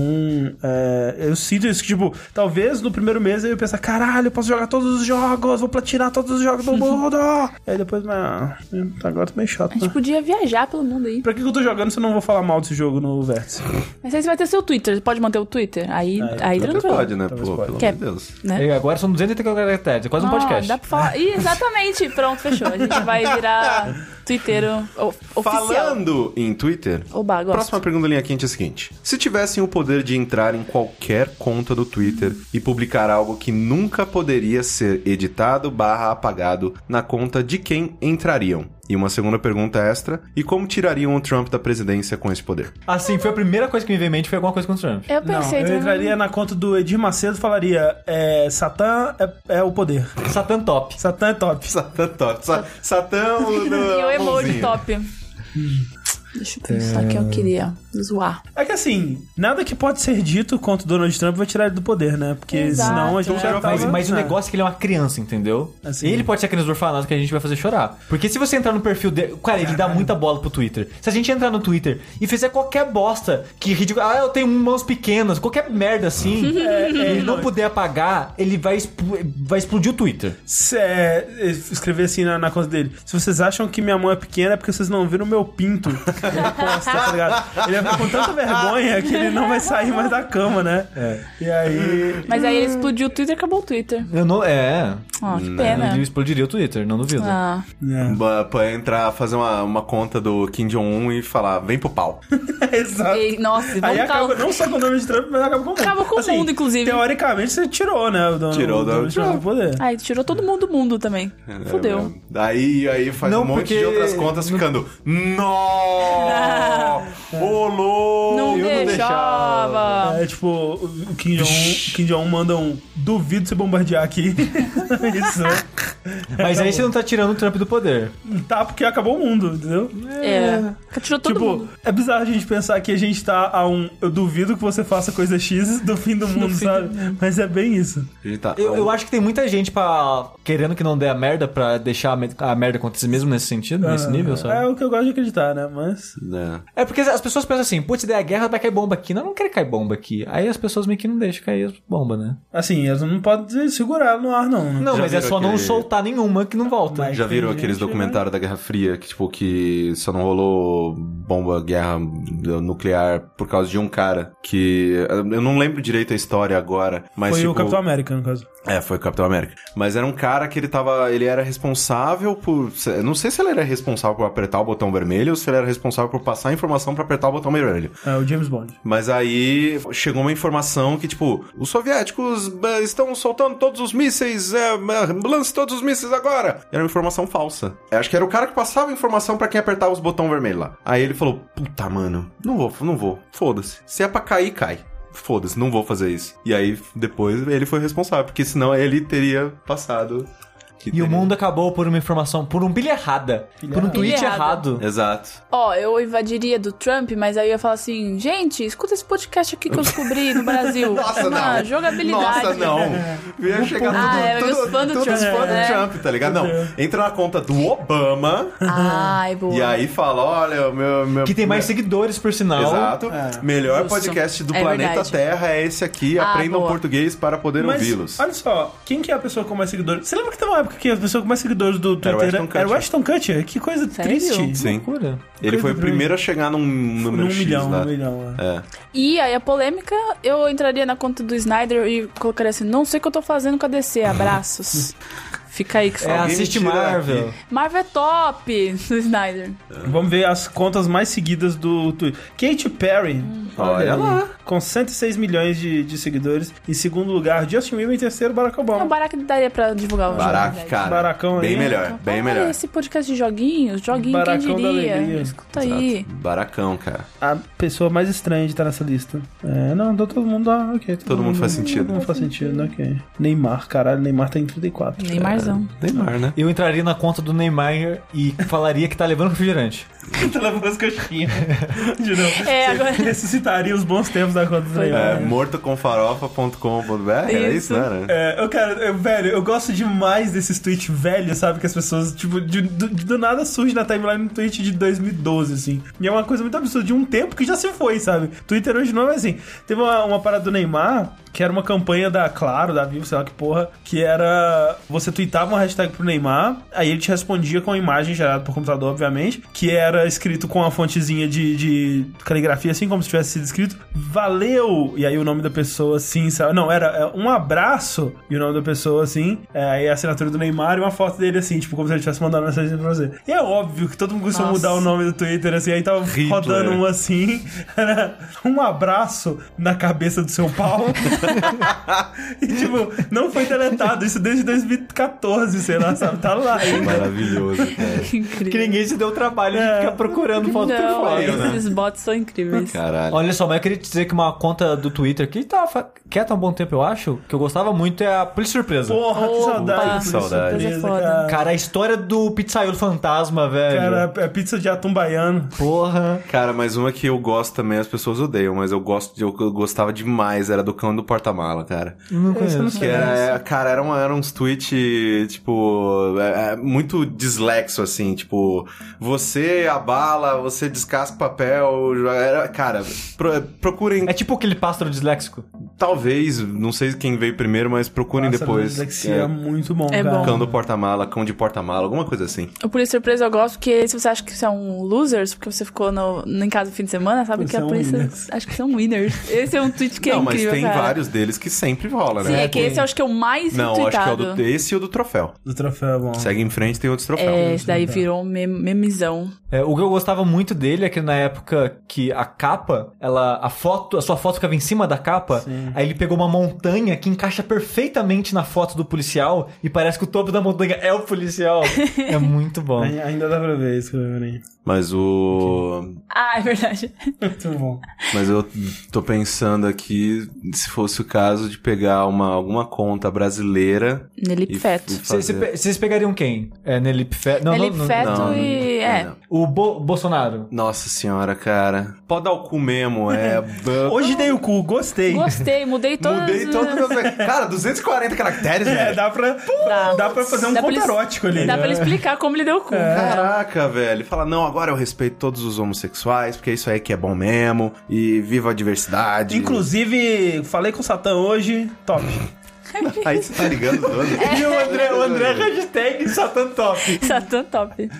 Speaker 4: é, eu sinto isso que, tipo, talvez no primeiro mês eu ia pensar, caralho, eu posso jogar todos os jogos, vou platinar todos os jogos do mundo. Aí depois, mas. hum, Agora tá meio chato,
Speaker 3: A gente
Speaker 4: né?
Speaker 3: podia viajar pelo mundo aí.
Speaker 4: Pra que que eu tô jogando se eu não vou falar mal desse jogo no Vértice?
Speaker 3: Mas aí você vai ter seu Twitter. Você pode manter o Twitter? Aí, aí
Speaker 1: Talvez
Speaker 3: tranquilo.
Speaker 1: pode, né?
Speaker 4: Talvez
Speaker 1: Pô,
Speaker 4: pode.
Speaker 1: pelo
Speaker 3: Quer-
Speaker 1: amor de Deus.
Speaker 3: né?
Speaker 2: E agora são 280 caracteres, é quase um
Speaker 3: Ah,
Speaker 2: podcast.
Speaker 3: Dá pra falar. Ih, exatamente. Pronto, fechou. A gente vai virar Twitter o- o- oficial.
Speaker 1: Falando em Twitter,
Speaker 3: Oba, gosto.
Speaker 1: próxima pergunta linha quente é a seguinte: se tivessem o poder de entrar em qualquer conta do Twitter e publicar algo que nunca poderia ser editado barra apagado na conta de quem entrariam? E uma segunda pergunta extra: e como tirariam o Trump da presidência com esse poder?
Speaker 2: Assim, foi a primeira coisa que me veio em mente foi alguma coisa com o Trump.
Speaker 3: Eu
Speaker 4: Não,
Speaker 3: pensei então, né?
Speaker 4: eu
Speaker 3: também.
Speaker 4: entraria na conta do Edir Macedo e falaria: é, Satã é, é o poder.
Speaker 2: Satan Top.
Speaker 4: Satã é top.
Speaker 1: Satã, top. Sa- Satã, o.
Speaker 3: E o emoji
Speaker 1: mãozinha.
Speaker 3: top. Deixa eu pensar o que eu queria zoar.
Speaker 4: É que assim, nada que pode ser dito contra o Donald Trump vai tirar ele do poder, né? Porque
Speaker 3: Exato,
Speaker 4: senão a gente
Speaker 3: é.
Speaker 4: já tava...
Speaker 2: Mas, mas o
Speaker 4: É.
Speaker 2: negócio é que ele é uma criança, entendeu?
Speaker 4: Assim.
Speaker 2: ele pode ser aquele orfanato que a gente vai fazer chorar. Porque se você entrar no perfil dele. Cara, ele dá muita bola pro Twitter. Se a gente entrar no Twitter e fizer qualquer bosta que ridículo. Ah, eu tenho mãos pequenas, qualquer merda assim, e ele não puder apagar, ele vai, expl- vai explodir o Twitter.
Speaker 4: Se- é, escrever assim na, na conta dele. Se vocês acham que minha mão é pequena, é porque vocês não viram o meu pinto. Ele posta, tá ligado? Ele vai ficar com tanta vergonha que ele não vai sair mais da cama, né?
Speaker 2: É.
Speaker 4: E aí.
Speaker 3: Mas aí ele explodiu o Twitter e acabou o Twitter.
Speaker 2: Eu não. É.
Speaker 3: Ó, que pena.
Speaker 2: Ele explodiria o Twitter, não duvido.
Speaker 3: Ah,
Speaker 4: né?
Speaker 1: Ba- Pra entrar, fazer uma, uma conta do Kim Jong-un e falar: vem pro pau.
Speaker 4: Exato.
Speaker 3: ei, nossa,
Speaker 4: Ah. Aí
Speaker 3: vamos
Speaker 4: acaba
Speaker 3: cal...
Speaker 4: não só com o Donald Trump, mas acaba com o mundo.
Speaker 3: Acaba com o
Speaker 4: Assim,
Speaker 3: mundo, inclusive.
Speaker 4: Teoricamente, você tirou, né? O Donald,
Speaker 1: Tirou o Donald
Speaker 4: do poder.
Speaker 3: Ai, tirou todo mundo do mundo também. Fudeu.
Speaker 1: É, Aí, aí faz
Speaker 2: Não,
Speaker 1: um monte de
Speaker 2: porque-
Speaker 1: outras contas ficando. Nó! Ô, louco!
Speaker 3: Não deixava.
Speaker 4: É tipo, o Kim Jong-un Kim Jong manda um duvido você bombardear aqui. Isso. né?
Speaker 2: Mas aí você não tá tirando o Trump do poder.
Speaker 4: Tá, porque acabou o mundo, entendeu?
Speaker 3: É. Tirou todo
Speaker 4: tipo,
Speaker 3: mundo.
Speaker 4: é bizarro a gente pensar que a gente tá a um. Eu duvido que você faça coisa X do fim do mundo, sabe? Mas é bem isso.
Speaker 1: Ele tá-
Speaker 2: Eu, eu acho que tem muita gente pra, querendo que não dê a merda pra deixar a me- a merda acontecer mesmo nesse sentido, nesse nível, sabe?
Speaker 4: É o que eu gosto de acreditar, né? Mas.
Speaker 1: Né.
Speaker 2: É porque as pessoas pensam assim, putz, daí a guerra vai cair bomba aqui. Não, eu não quero cair bomba aqui. Aí as pessoas meio que não deixam cair as bombas, né?
Speaker 4: Assim, eles não podem segurar no ar, não. né?
Speaker 2: Não,
Speaker 1: Já
Speaker 2: mas é
Speaker 1: viram
Speaker 2: só não
Speaker 1: aquele-
Speaker 2: soltar nenhuma que não volta.
Speaker 4: Mas-
Speaker 1: Já viram
Speaker 4: tem
Speaker 1: aqueles
Speaker 4: gente, né?
Speaker 1: documentários da Guerra Fria que, tipo, que só não rolou bomba, guerra nuclear por causa de um cara que. Eu não lembro direito a história agora, mas.
Speaker 4: Foi
Speaker 1: tipo,
Speaker 4: o Capitão América, no caso.
Speaker 1: É, foi o Capitão América. Mas era um cara que ele tava. Ele era responsável por. eu Não sei se ele era responsável por apertar o botão vermelho ou se ele era responsável por passar a informação pra apertar o botão vermelho.
Speaker 4: É o James Bond.
Speaker 1: Mas aí chegou uma informação que, tipo, os soviéticos eh, estão soltando todos os mísseis, é, eh, lance todos os mísseis agora. Era uma informação falsa. Eu acho que era o cara que passava a informação pra quem apertava os botões vermelhos lá. Aí ele falou: Puta, mano, não vou, não vou. Foda-se. Se é pra cair, cai. Foda-se, não vou fazer isso. E aí, depois, ele foi responsável, porque senão ele teria passado. que
Speaker 2: E o
Speaker 1: teria-
Speaker 2: mundo acabou por uma informação, por um pilha errada. Por um tweet
Speaker 3: Pilha
Speaker 2: errado.
Speaker 1: É. Exato.
Speaker 3: Ó, eu invadiria do Trump, mas aí eu ia falar assim, gente, escuta esse podcast aqui que eu descobri no Brasil.
Speaker 1: Nossa,
Speaker 3: Mano,
Speaker 1: não.
Speaker 3: jogabilidade.
Speaker 1: Nossa, não. Ia chegar
Speaker 3: Ah,
Speaker 1: tudo,
Speaker 3: é,
Speaker 1: tudo,
Speaker 3: os fãs do
Speaker 1: tudo
Speaker 3: Trump,
Speaker 1: os fãs do
Speaker 3: né?
Speaker 1: Trump, tá ligado? Não, entra na conta do Obama
Speaker 3: Ai, boa.
Speaker 1: e aí fala, olha, o meu... meu
Speaker 2: Que tem mais seguidores, por sinal.
Speaker 1: É. Exato.
Speaker 4: É.
Speaker 1: Melhor
Speaker 3: Justo.
Speaker 1: podcast do
Speaker 3: É
Speaker 1: planeta
Speaker 3: verdade.
Speaker 1: Terra é esse aqui.
Speaker 3: Ah,
Speaker 1: Aprendam
Speaker 3: boa.
Speaker 1: português para poder
Speaker 4: Mas,
Speaker 1: ouvi-los.
Speaker 4: olha só, quem que é a pessoa com mais seguidores? Você lembra que teve uma época que a pessoa com mais seguidores do Twitter
Speaker 1: Weston
Speaker 4: era-
Speaker 1: Kutcher.
Speaker 4: era o Ashton Kutcher? Que coisa
Speaker 3: Sério?
Speaker 4: triste.
Speaker 1: Sim.
Speaker 2: É Loucura.
Speaker 1: Ele foi o
Speaker 4: Coisa
Speaker 1: primeiro a chegar num número
Speaker 4: Num
Speaker 1: X
Speaker 4: milhão,
Speaker 1: lá.
Speaker 4: um milhão. é.
Speaker 1: É.
Speaker 3: E aí a polêmica, eu entraria na conta do Snyder e colocaria assim, não sei o que eu tô fazendo com a DC, abraços. Fica aí que
Speaker 2: É,
Speaker 3: fala.
Speaker 1: Alguém
Speaker 2: assiste
Speaker 1: me tira
Speaker 2: Marvel.
Speaker 1: daqui.
Speaker 3: Marvel é top do Snyder.
Speaker 1: É.
Speaker 4: Vamos ver as contas mais seguidas do Twitter. Katy Perry.
Speaker 1: Hum. Olha
Speaker 4: aí,
Speaker 1: lá.
Speaker 4: Com 106 milhões de, de seguidores. Em segundo lugar, Justin Bieber. Em terceiro, Barack
Speaker 3: Não,
Speaker 4: Obama.
Speaker 3: o Barack Então, daria pra divulgar o
Speaker 1: Baraca,
Speaker 3: jogo.
Speaker 1: cara.
Speaker 4: Baracão aí. né?
Speaker 1: bem melhor,
Speaker 3: Baraca,
Speaker 1: bem melhor.
Speaker 3: Esse podcast de joguinhos, joguinho,
Speaker 4: Baracão
Speaker 3: quem
Speaker 4: da
Speaker 3: diria?
Speaker 4: alegria.
Speaker 3: Escuta aí.
Speaker 1: Exato. Baracão, cara.
Speaker 4: A pessoa mais estranha de estar nessa lista. É, não, tá todo mundo. Ah, ok.
Speaker 1: Todo mundo faz sentido.
Speaker 4: Todo mundo faz sentido, ok. Neymar, caralho, Neymar tá em 34.
Speaker 3: Neymarzão.
Speaker 1: Neymar, né?
Speaker 2: Eu entraria na conta do Neymar e falaria que tá levando refrigerante.
Speaker 4: tá levando as coxinhas. De novo.
Speaker 3: É, agora-
Speaker 4: Ressuscitaria os bons tempos da conta do
Speaker 3: Foi.
Speaker 4: Neymar.
Speaker 1: É, mortoconfarofa.com.br, era isso,
Speaker 3: Isso.
Speaker 1: né? era?
Speaker 4: É, eu quero, eu, velho, eu gosto demais desses tweets velhos, sabe? Que as pessoas, tipo, de- do, do nada surge na timeline um tweet de 2012, assim. E é uma coisa muito absurda, de um tempo que já se foi, sabe? Twitter hoje não é assim. Teve uma, uma parada do Neymar, que era uma campanha da Claro, da Vivo, sei lá que porra, que era você tweet, tweetava uma hashtag pro Neymar, aí ele te respondia com a imagem gerada por computador, obviamente, que era escrito com a fontezinha de, de caligrafia, assim como se tivesse sido escrito, valeu! E aí o nome da pessoa, assim, sabe? Não, era é, um abraço e o nome da pessoa, assim, é, aí a assinatura do Neymar e uma foto dele, assim, tipo, como se ele tivesse mandado uma mensagem pra você. E é óbvio que todo mundo começou a
Speaker 3: Nossa.
Speaker 4: mudar o nome do Twitter, assim, aí tava
Speaker 1: Hitler.
Speaker 4: rodando um assim, era um abraço na cabeça do seu pau. E, tipo, não foi deletado. Isso desde 2014, sei lá, sabe? Tá lá ainda.
Speaker 1: Maravilhoso, cara.
Speaker 3: Que incrível.
Speaker 2: Que ninguém se deu o trabalho de ficar procurando foto do
Speaker 3: Não, é.
Speaker 2: telefone.
Speaker 1: né?
Speaker 3: esses bots são incríveis.
Speaker 1: Caralho.
Speaker 2: Olha só, mas eu queria te dizer que uma conta do Twitter que tava fa- quieta há um bom tempo, eu acho, que eu gostava muito, é a Polícia Surpresa.
Speaker 4: Porra, que
Speaker 3: Opa.
Speaker 4: saudade.
Speaker 1: Que saudade.
Speaker 4: Surpresa,
Speaker 3: Coisa é foda.
Speaker 4: Cara.
Speaker 2: Cara, a história do pizzaiolo fantasma, velho.
Speaker 4: Cara, é pizza de atum baiano.
Speaker 2: Porra.
Speaker 1: Cara, mas uma que eu gosto também, as pessoas odeiam, mas eu gosto, de- eu gostava demais, era do cão do porta-mala, cara.
Speaker 2: Não conheço.
Speaker 1: Que era, é, cara, era, uma, era uns tweet, tipo, é, é, muito dislexo, assim, tipo, você abala, você descasca o papel, joga- era, cara, pro- procurem,
Speaker 2: É tipo aquele pássaro disléxico.
Speaker 1: talvez, não sei quem veio primeiro, mas procurem
Speaker 4: Pássaro
Speaker 1: depois.
Speaker 4: dislexia é
Speaker 1: É,
Speaker 4: muito bom,
Speaker 3: É
Speaker 4: cara.
Speaker 3: bom.
Speaker 1: Cão do porta-mala, cão de porta-mala, alguma coisa assim.
Speaker 3: O Polícia Surpresa eu gosto, porque se você acha que você é um losers, porque você ficou no, no- em casa no fim de semana, sabe
Speaker 4: Você
Speaker 3: que
Speaker 4: é
Speaker 3: a
Speaker 4: um
Speaker 3: polícia.
Speaker 4: winners.
Speaker 3: acho que são winners. Esse é um tweet que é
Speaker 1: não, mas
Speaker 3: incrível.
Speaker 1: tem
Speaker 3: cara.
Speaker 1: vários deles que sempre rola,
Speaker 3: Sim,
Speaker 1: né?
Speaker 3: é que esse eu acho que é o mais
Speaker 1: Não, acho que é o
Speaker 3: retweetado.
Speaker 1: do, esse e o do troféu.
Speaker 4: Do troféu é bom.
Speaker 1: Segue em frente, tem outros troféus.
Speaker 3: É, esse
Speaker 4: né?
Speaker 3: daí virou um mem- memezão.
Speaker 2: É, o que eu gostava muito dele é que na época que a capa, ela, a foto, a sua foto ficava em cima da capa, aí ele pegou uma montanha que encaixa perfeitamente na foto do policial e parece que o topo da montanha é o policial. é muito bom.
Speaker 4: Ai- Ainda dá pra ver isso que eu lembrei.
Speaker 1: Mas o.
Speaker 3: Ah, é verdade.
Speaker 4: Muito bom.
Speaker 1: Mas eu tô pensando aqui se fosse o caso de pegar uma, alguma conta brasileira.
Speaker 3: Nelipe Feto.
Speaker 2: Vocês
Speaker 1: fazer-
Speaker 2: pe- vocês pegariam quem? É, Nelip Feto? Não, não,
Speaker 3: Nelipe
Speaker 2: não,
Speaker 3: Feto
Speaker 1: não,
Speaker 3: e. é.
Speaker 1: não.
Speaker 2: O Bo- Bolsonaro.
Speaker 1: Nossa senhora, cara. Pode dar o cu mesmo, é. b-
Speaker 4: Hoje dei o cu, gostei.
Speaker 3: Gostei, mudei todas.
Speaker 1: Mudei todos os meus. Cara, 240 caracteres,
Speaker 4: É,
Speaker 1: velho.
Speaker 4: dá pra, dá.
Speaker 3: Dá.
Speaker 4: pra fazer um
Speaker 3: Dá pra
Speaker 4: conto
Speaker 3: ele-
Speaker 4: erótico
Speaker 3: Dá
Speaker 4: ali. né? É.
Speaker 3: pra ele explicar como ele deu o cu. cara.
Speaker 1: Caraca, velho. Fala, não, agora eu respeito todos os homossexuais, porque é isso aí que é bom mesmo. E viva a diversidade.
Speaker 4: Inclusive, falei com o Satã hoje, top.
Speaker 1: Aí você tá ligando todo.
Speaker 3: É,
Speaker 2: E o André, o André hashtag Satan Top.
Speaker 3: Satã Tá top.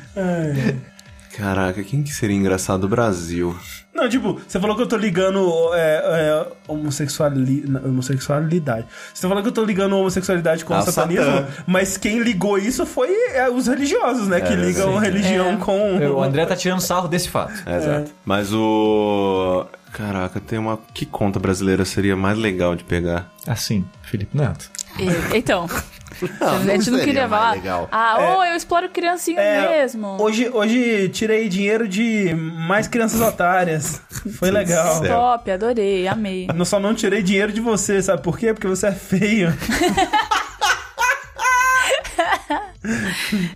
Speaker 1: Caraca, quem que seria engraçado do Brasil?
Speaker 4: Não, tipo, você falou que eu tô ligando é, é, homossexuali- na- homossexualidade. Você falou que eu tô ligando homossexualidade com
Speaker 1: Ah,
Speaker 4: o
Speaker 1: o
Speaker 4: satanismo,
Speaker 1: Satã. É,
Speaker 4: mas quem ligou isso foi é, os religiosos, né? que ligam religião com...
Speaker 2: O André tá tirando sarro desse fato.
Speaker 1: É, Exato. Mas o. Caraca, tem uma. Que conta brasileira seria mais legal de pegar?
Speaker 2: Assim, Felipe Neto.
Speaker 3: E- Então. a gente não
Speaker 1: Ah, seria
Speaker 3: queria
Speaker 1: mais
Speaker 3: falar.
Speaker 1: legal.
Speaker 3: Ah,
Speaker 4: É.
Speaker 3: ou eu exploro criancinha mesmo.
Speaker 4: Hoje, hoje tirei dinheiro de mais crianças otárias. Foi legal.
Speaker 1: céu.
Speaker 3: Top, adorei, amei.
Speaker 4: Eu só não tirei dinheiro de você, sabe por quê? Porque você é feio.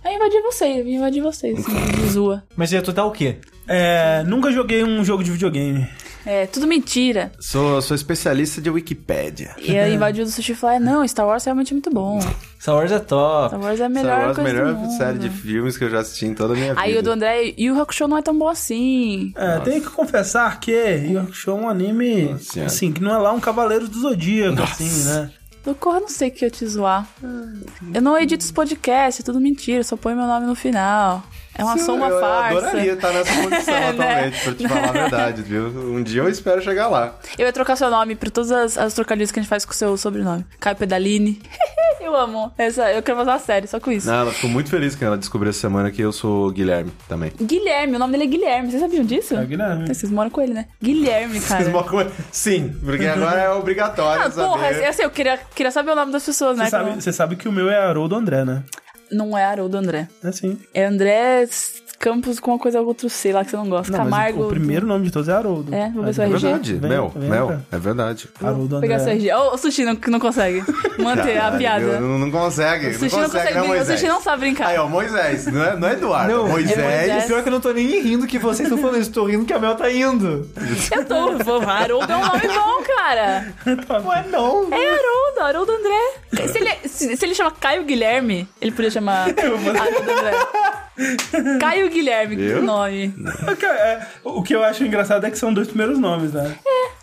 Speaker 3: Eu invadi vocês, eu invadi vocês. me Zoa.
Speaker 2: Mas ia tu dar o quê?
Speaker 4: É, nunca joguei um jogo de videogame.
Speaker 3: É, tudo mentira.
Speaker 1: Sou, sou especialista de Wikipédia.
Speaker 3: E eu invadi o do Sushi e falei, não, Star Wars é realmente muito bom.
Speaker 2: Star Wars é top.
Speaker 3: Star Wars é a melhor
Speaker 1: Star Wars,
Speaker 3: coisa
Speaker 1: melhor
Speaker 3: do mundo.
Speaker 1: série de filmes que eu já assisti em toda a minha vida.
Speaker 3: Aí o do André, e o Hakusho não é tão bom assim.
Speaker 4: É, tenho que confessar que Yu Yu Hakusho é um anime,
Speaker 1: Senhora.
Speaker 4: assim, que não é lá um Cavaleiro do Zodíaco, assim, né?
Speaker 3: Socorro, eu não sei que eu te zoar. Eu não edito os podcasts, é tudo mentira, eu só põe meu nome no final. É uma
Speaker 1: Sim,
Speaker 3: só uma
Speaker 1: eu,
Speaker 3: farsa.
Speaker 1: Eu adoraria estar nessa condição
Speaker 3: É, né?
Speaker 1: atualmente, pra te falar a verdade, viu? Um dia eu espero chegar lá.
Speaker 3: Eu ia trocar seu nome por todas as, as trocadilhas que a gente faz com o seu sobrenome. Caio Pedaline. eu amo. Essa, eu quero fazer uma série só com isso.
Speaker 1: Ah, ela ficou muito feliz que ela descobriu essa semana que eu sou o Guilherme também.
Speaker 3: Guilherme, o nome dele é Guilherme. Vocês sabiam disso?
Speaker 4: É o Guilherme.
Speaker 3: Vocês moram com ele, né? Guilherme, cara.
Speaker 1: Vocês mocam- é? Sim, porque agora é obrigatório
Speaker 3: Ah,
Speaker 1: saber.
Speaker 3: porra, eu sei, eu queria, queria saber o nome das pessoas, né?
Speaker 4: Você sabe,
Speaker 3: Como-
Speaker 4: você sabe que o meu é Haroldo André, né?
Speaker 3: Não é Haroldo André.
Speaker 4: É assim.
Speaker 3: É André S- Campos com uma coisa ou outro sei lá que você não gosta.
Speaker 4: Não, mas
Speaker 3: Camargo.
Speaker 4: o primeiro nome de todos é Haroldo.
Speaker 3: É, vou ver se
Speaker 1: É
Speaker 3: vai RG.
Speaker 1: verdade,
Speaker 4: Vem,
Speaker 1: Mel,
Speaker 4: vem
Speaker 1: Mel,
Speaker 4: pra-
Speaker 1: é verdade.
Speaker 4: Haroldo
Speaker 3: Vou
Speaker 4: André.
Speaker 3: Pegar seu RG. Ô, o Sushi não, não consegue manter a
Speaker 1: Caralho,
Speaker 3: piada.
Speaker 1: eu Não, não consegue,
Speaker 3: O
Speaker 1: não
Speaker 3: Sushi não
Speaker 1: consegue,
Speaker 3: consegue,
Speaker 1: né,
Speaker 3: brincar. o
Speaker 1: Moisés?
Speaker 3: Sushi não sabe brincar.
Speaker 1: Aí, ó, Moisés, não é, não é Eduardo, é
Speaker 2: Não, é
Speaker 1: Moisés.
Speaker 3: Moisés.
Speaker 2: E pior que eu não tô nem rindo que vocês estão falando isso, tô rindo que a Mel tá indo.
Speaker 3: Eu tô. vou- Haroldo é um nome bom, cara.
Speaker 2: Ué, não.
Speaker 3: É Haroldo, Haroldo André. Se ele, é, se, se ele chama Caio Guilherme, ele podia chamar Haroldo André. Caio Guilherme, que
Speaker 1: Viu?
Speaker 3: nome.
Speaker 4: O que- é, O que eu acho engraçado é que são dois primeiros nomes, né?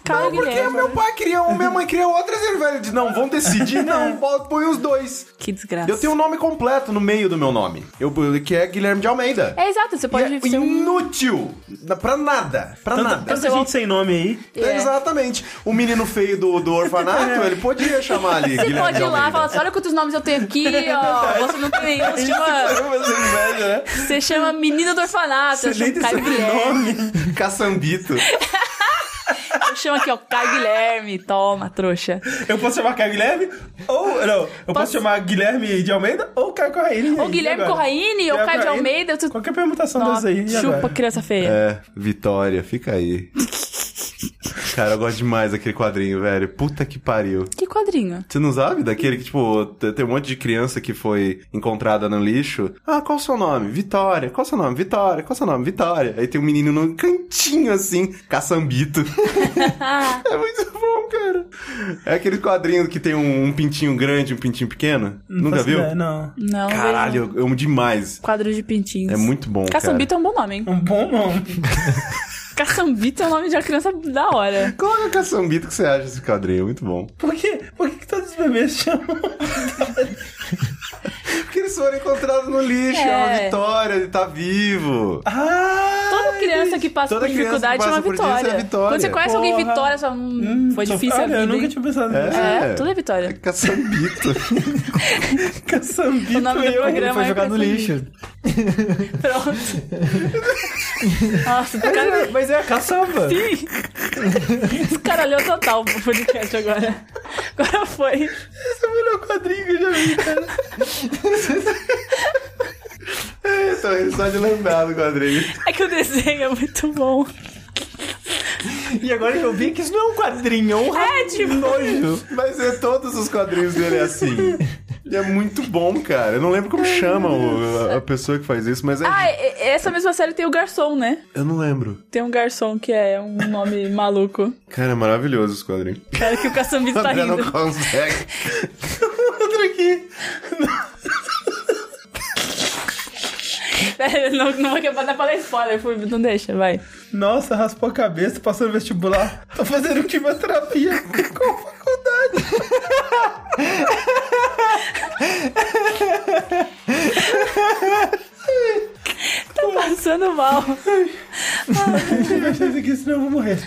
Speaker 3: Caio
Speaker 1: Não, porque
Speaker 3: Guilherme.
Speaker 1: meu pai queria um, minha mãe queria outro, e ele velho, de, não, vão decidir, não, bota- põe os dois.
Speaker 3: Que desgraça.
Speaker 1: Eu tenho um nome completo no meio do meu nome, eu, que é Guilherme de Almeida.
Speaker 3: É exato, você pode
Speaker 1: E é
Speaker 3: ser um...
Speaker 1: inútil na- pra nada, pra
Speaker 5: Tanta,
Speaker 1: nada.
Speaker 5: tanta gente sem nome aí.
Speaker 3: É.
Speaker 1: Exatamente. O menino feio do, do orfanato, ele podia chamar ali
Speaker 3: Você
Speaker 1: Guilherme
Speaker 3: pode
Speaker 1: de
Speaker 3: ir lá
Speaker 1: Almeida.
Speaker 3: e falar assim, olha quantos nomes eu tenho aqui,
Speaker 1: É
Speaker 3: ó. Você não tem nenhum, você chama,
Speaker 1: tipo Você inveja, né?
Speaker 3: você chama menina do orfanato, eu chamo Caio Guilherme.
Speaker 1: Nome. Caçambito.
Speaker 3: Eu chamo aqui, ó, Caio Guilherme, toma, trouxa.
Speaker 4: Eu posso chamar Caio Guilherme ou. Não, eu posso,
Speaker 3: Posso-
Speaker 4: chamar Guilherme de Almeida ou Caio Corraine.
Speaker 3: Ou Guilherme Corraine, ou Caio de Almeida, tu...
Speaker 4: Qualquer permutação dessa
Speaker 3: Nossa,
Speaker 4: aí. e
Speaker 3: chupa,
Speaker 4: agora?
Speaker 3: criança feia.
Speaker 1: É, Vitória, fica aí. Cara, eu gosto demais daquele quadrinho, velho. Puta que pariu.
Speaker 3: Que quadrinho?
Speaker 1: Você não sabe daquele que, tipo, t- tem um monte de criança que foi encontrada no lixo. Ah, qual o seu nome? Vitória. Qual o seu nome? Vitória. Qual o seu nome? Vitória. Aí tem um menino num cantinho assim, caçambito. é muito bom, cara. É aquele quadrinho que tem um, um pintinho grande e um pintinho pequeno. Nunca
Speaker 4: Faço
Speaker 1: viu?
Speaker 4: ideia, Não.
Speaker 3: Não,
Speaker 1: Caralho, eu amo demais.
Speaker 3: vejo. Quadro de pintinhos.
Speaker 1: É muito bom,
Speaker 3: Caçambito é um bom nome, hein?
Speaker 4: Um bom nome.
Speaker 3: Caçambito é um nome de uma criança da hora.
Speaker 4: é
Speaker 1: cara. Coloca caçambito que você acha desse quadrinho, É muito bom.
Speaker 4: Por quê? Por que, que todos os bebês chamam?
Speaker 1: Porque eles foram encontrados no lixo, é, uma
Speaker 3: É.
Speaker 1: vitória, ele tá vivo.
Speaker 4: Ah!
Speaker 3: Toda criança que passa
Speaker 1: Toda
Speaker 3: por
Speaker 1: criança que
Speaker 3: dificuldade
Speaker 1: passa
Speaker 3: é uma
Speaker 1: por isso é
Speaker 3: vitória.
Speaker 1: vitória.
Speaker 3: Quando você conhece alguém
Speaker 4: Porra.
Speaker 3: vitória, você fala, hum, foi
Speaker 4: Só-
Speaker 3: difícil a
Speaker 4: Olha,
Speaker 3: vida.
Speaker 4: Eu nunca
Speaker 3: hein?
Speaker 4: tinha pensado
Speaker 1: É.
Speaker 4: nisso.
Speaker 3: É, tudo é vitória.
Speaker 1: Caçambito.
Speaker 4: Caçambito
Speaker 3: O nome do
Speaker 4: eu.
Speaker 3: programa
Speaker 2: Foi
Speaker 3: é
Speaker 2: jogar no
Speaker 3: Caçambito.
Speaker 2: lixo.
Speaker 3: Pronto. Nossa, o cara...
Speaker 2: Mas é a caçamba.
Speaker 3: Escaralhou total o podcast agora. Agora foi.
Speaker 4: Esse é o melhor quadrinho que eu já vi, cara.
Speaker 1: Eu tô rindo É, então, só de lembrar do quadrinho.
Speaker 3: É que o desenho é muito bom.
Speaker 2: E agora que eu vi que isso não é um quadrinho, é um
Speaker 3: É, tipo...
Speaker 2: nojo.
Speaker 1: Mas é todos os quadrinhos dele é assim. E é muito bom, cara. Eu não lembro como chama o- a- a pessoa que faz isso, mas é.
Speaker 3: Ah, e- e- essa mesma série tem o Garçom, né?
Speaker 1: Eu não lembro.
Speaker 3: Tem um garçom que é um nome maluco.
Speaker 1: Cara, é maravilhoso esse quadrinho.
Speaker 3: Cara, que o Caçambito tá
Speaker 1: André
Speaker 3: rindo.
Speaker 1: não consegue.
Speaker 4: Outro aqui.
Speaker 3: Pera, não, não que eu vou dar pra dar spoiler, fui, não deixa, vai.
Speaker 4: Nossa, raspou a cabeça, passou no vestibular. Tô fazendo quimioterapia. Qual faculdade?
Speaker 3: Tá passando mal.
Speaker 4: Eu já aqui, senão eu vou morrer.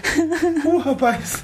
Speaker 4: Uh, rapaz.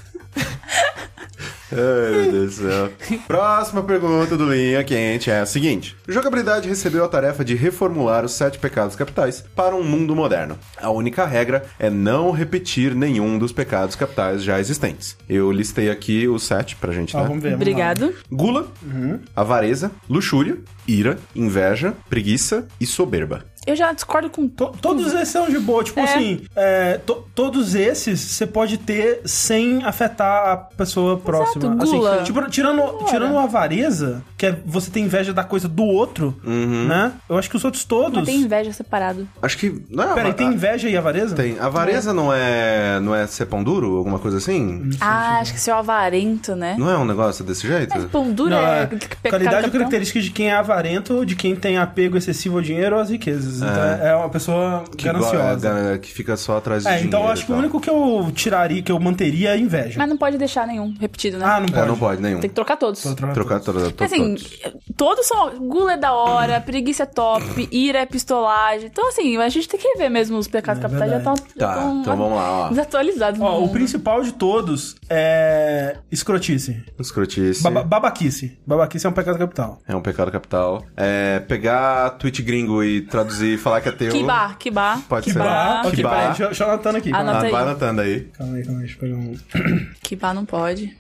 Speaker 1: Ai, meu Deus do céu. Próxima pergunta do Linha Quente é a seguinte: Jogabilidade recebeu a tarefa de reformular os sete pecados capitais para um mundo moderno. A única regra é não repetir nenhum dos pecados capitais já existentes. Eu listei aqui os sete pra gente,
Speaker 4: Ah,
Speaker 1: né?
Speaker 3: é
Speaker 4: vamos ver. vamos lá.
Speaker 3: Obrigado.
Speaker 1: Gula,
Speaker 4: Uhum.
Speaker 1: avareza, luxúria, ira, inveja, preguiça e soberba.
Speaker 3: Eu já discordo com tudo.
Speaker 4: To- todos esses são de boa, tipo
Speaker 3: É.
Speaker 4: assim, é, to- todos esses você pode ter sem afetar a pessoa próxima. Assim,
Speaker 3: gula.
Speaker 4: tipo, tirando, tirando a avareza, que é você ter inveja da coisa do outro,
Speaker 1: Uhum.
Speaker 4: né? Eu acho que os outros todos.
Speaker 3: Tem inveja separado.
Speaker 1: Acho que. Não, é
Speaker 4: Peraí,
Speaker 1: a-
Speaker 4: tem inveja e avareza?
Speaker 1: tem. Avareza não é. Não é ser pão duro? Alguma coisa assim?
Speaker 4: Hum.
Speaker 3: Ah, acho que seu avarento, né?
Speaker 1: Não é um negócio desse jeito?
Speaker 3: Mas pão duro
Speaker 4: Não,
Speaker 3: é...
Speaker 4: é
Speaker 3: pecado
Speaker 4: qualidade ou
Speaker 3: capital.
Speaker 4: característica de quem é avarento, de quem tem apego excessivo ao dinheiro ou às riquezas. Então é uma pessoa gananciosa.
Speaker 1: go- é, que fica só atrás de
Speaker 4: É,
Speaker 1: dinheiro.
Speaker 4: então eu acho
Speaker 1: e
Speaker 4: que o
Speaker 1: tal.
Speaker 4: único que eu tiraria, que eu manteria é a inveja.
Speaker 3: Mas não pode deixar nenhum repetido, né?
Speaker 4: Ah, não
Speaker 1: É,
Speaker 4: pode.
Speaker 1: não pode nenhum.
Speaker 3: Tem que trocar todos.
Speaker 4: Vou trocar
Speaker 1: Trocar toda to,
Speaker 3: assim,
Speaker 1: todos.
Speaker 3: todos são. Gula é da hora, preguiça é top, ira é pistolagem. Então, assim, a gente tem que ver mesmo os pecados
Speaker 4: É
Speaker 3: capitais já um estão
Speaker 1: Tá, então vamos lá, ó.
Speaker 3: desatualizados. no
Speaker 4: Ó, o
Speaker 3: mundo.
Speaker 4: principal de todos é escrotice.
Speaker 1: Escrotice.
Speaker 4: Baba- babaquice. Babaquice é um pecado capital.
Speaker 1: É um pecado capital. É pegar tweet gringo e traduzir e falar que é teu.
Speaker 3: Kibá, kibá.
Speaker 1: Pode ser.
Speaker 3: Kibá.
Speaker 4: Tá? Ok,
Speaker 1: Kibá.
Speaker 4: peraí, deixa, eu- deixa eu anotando aqui.
Speaker 1: Ah,
Speaker 4: Calma,
Speaker 3: Anota aí.
Speaker 1: vai anotando aí.
Speaker 4: calma aí, calma aí, deixa eu pegar um...
Speaker 3: Kibá não pode.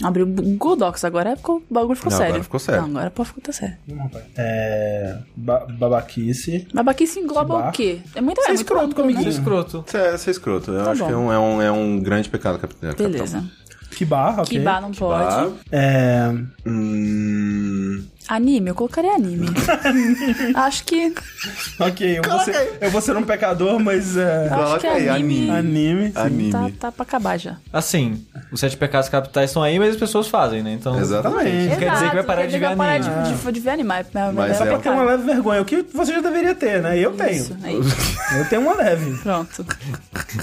Speaker 3: Abriu o Google Docs agora, ficou, o bagulho ficou
Speaker 1: Não,
Speaker 3: sério.
Speaker 1: agora ficou sério.
Speaker 3: Não, agora pô, ficou tá sério.
Speaker 4: Vamos, um rapaz. É... ba- babaquice.
Speaker 3: Babaquice engloba
Speaker 4: Kibá.
Speaker 3: o quê? É muito,
Speaker 4: Você
Speaker 3: é
Speaker 4: é
Speaker 3: muito
Speaker 4: escroto
Speaker 3: amplo,
Speaker 4: comigo.
Speaker 3: né?
Speaker 2: Escroto.
Speaker 1: Isso é, isso é escroto. Eu
Speaker 3: Tá
Speaker 1: acho
Speaker 3: bom.
Speaker 1: que é um, é, um, é um grande pecado cap- capital.
Speaker 3: Beleza.
Speaker 4: Kibá, ok.
Speaker 3: Kibá não pode.
Speaker 1: Kibá.
Speaker 4: É...
Speaker 1: Hum,
Speaker 3: Anime, eu colocaria anime. Acho que.
Speaker 4: Ok, eu vou,
Speaker 1: Coloca aí.
Speaker 4: ser, eu vou ser um pecador, mas é.
Speaker 3: Acho que
Speaker 1: Coloca aí,
Speaker 3: anime.
Speaker 4: Anime.
Speaker 1: Anime.
Speaker 3: Tá, tá pra acabar já.
Speaker 2: Assim, os sete pecados capitais estão aí, mas as pessoas fazem, né? Então.
Speaker 1: Exatamente.
Speaker 2: Não quer dizer que vai parar de ver
Speaker 3: vai parar
Speaker 2: anime.
Speaker 3: de, de, de ver anime. Mas,
Speaker 1: Mas
Speaker 3: vai
Speaker 1: é
Speaker 4: Pra
Speaker 1: o-
Speaker 4: ter uma leve vergonha, o que você já deveria ter, né? Eu
Speaker 3: É Isso,
Speaker 4: tenho.
Speaker 3: aí.
Speaker 4: Eu tenho uma leve.
Speaker 3: Pronto.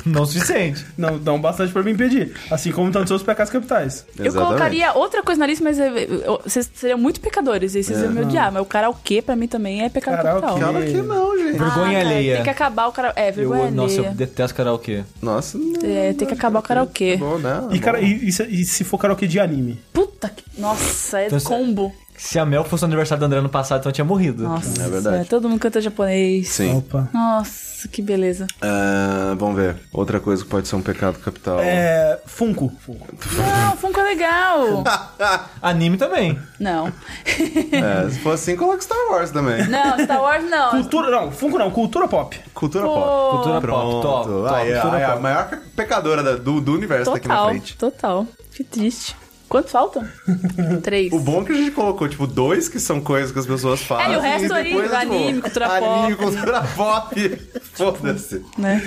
Speaker 2: Não o suficiente.
Speaker 4: Não, não bastante pra me impedir. Assim como tantos outros pecados capitais.
Speaker 3: Eu colocaria outra coisa na lista, mas eu- eu- vocês seriam muito pecadores. E vocês iam me odiar. Mas o karaokê, pra mim, também é pecado
Speaker 4: Karaokê.
Speaker 3: capital.
Speaker 1: Cara que não, gente.
Speaker 2: Vergonha
Speaker 3: cara,
Speaker 2: alheia.
Speaker 3: Tem que acabar o karaokê. É, vergonha
Speaker 2: eu, nossa, eu
Speaker 3: alheia.
Speaker 2: detesto karaokê.
Speaker 1: Nossa. não.
Speaker 3: Ah. É, tem que acabar o karaokê.
Speaker 1: Bom, né?
Speaker 4: E, cara,
Speaker 1: Bom.
Speaker 4: e, e se- e se for karaokê de anime?
Speaker 3: Puta que. Nossa, é
Speaker 2: Então, se-
Speaker 3: combo.
Speaker 2: Se a Mel fosse no aniversário do André ano passado, então eu tinha morrido.
Speaker 3: Nossa,
Speaker 1: É verdade.
Speaker 3: senhora, todo mundo canta japonês.
Speaker 1: Sim.
Speaker 4: Opa.
Speaker 3: Nossa, que beleza.
Speaker 1: Ah, vamos ver. Outra coisa que pode ser um pecado capital.
Speaker 4: É. Funko. Funko.
Speaker 3: Não, Funko é legal.
Speaker 2: Anime também.
Speaker 3: Não.
Speaker 1: É, se for assim, coloca Star Wars também.
Speaker 3: Não, Star Wars não.
Speaker 4: Cultura. Não, Funko não, cultura pop.
Speaker 1: Cultura
Speaker 3: Pô.
Speaker 1: pop.
Speaker 2: Cultura pop, top,
Speaker 1: Pronto.
Speaker 2: top.
Speaker 1: Aí,
Speaker 2: cultura
Speaker 1: aí, a
Speaker 2: pop.
Speaker 1: maior pecadora da- do, do universo tá aqui na
Speaker 3: Total,
Speaker 1: frente.
Speaker 3: total. Que triste. Quantos faltam? Três.
Speaker 1: O bom é que a gente colocou, tipo, dois que são coisas que as pessoas fazem.
Speaker 3: É, e o resto aí,
Speaker 1: depois, tipo,
Speaker 3: anime, cultura
Speaker 1: anime,
Speaker 3: pop.
Speaker 1: cultura pop. Foda-se.
Speaker 3: Né?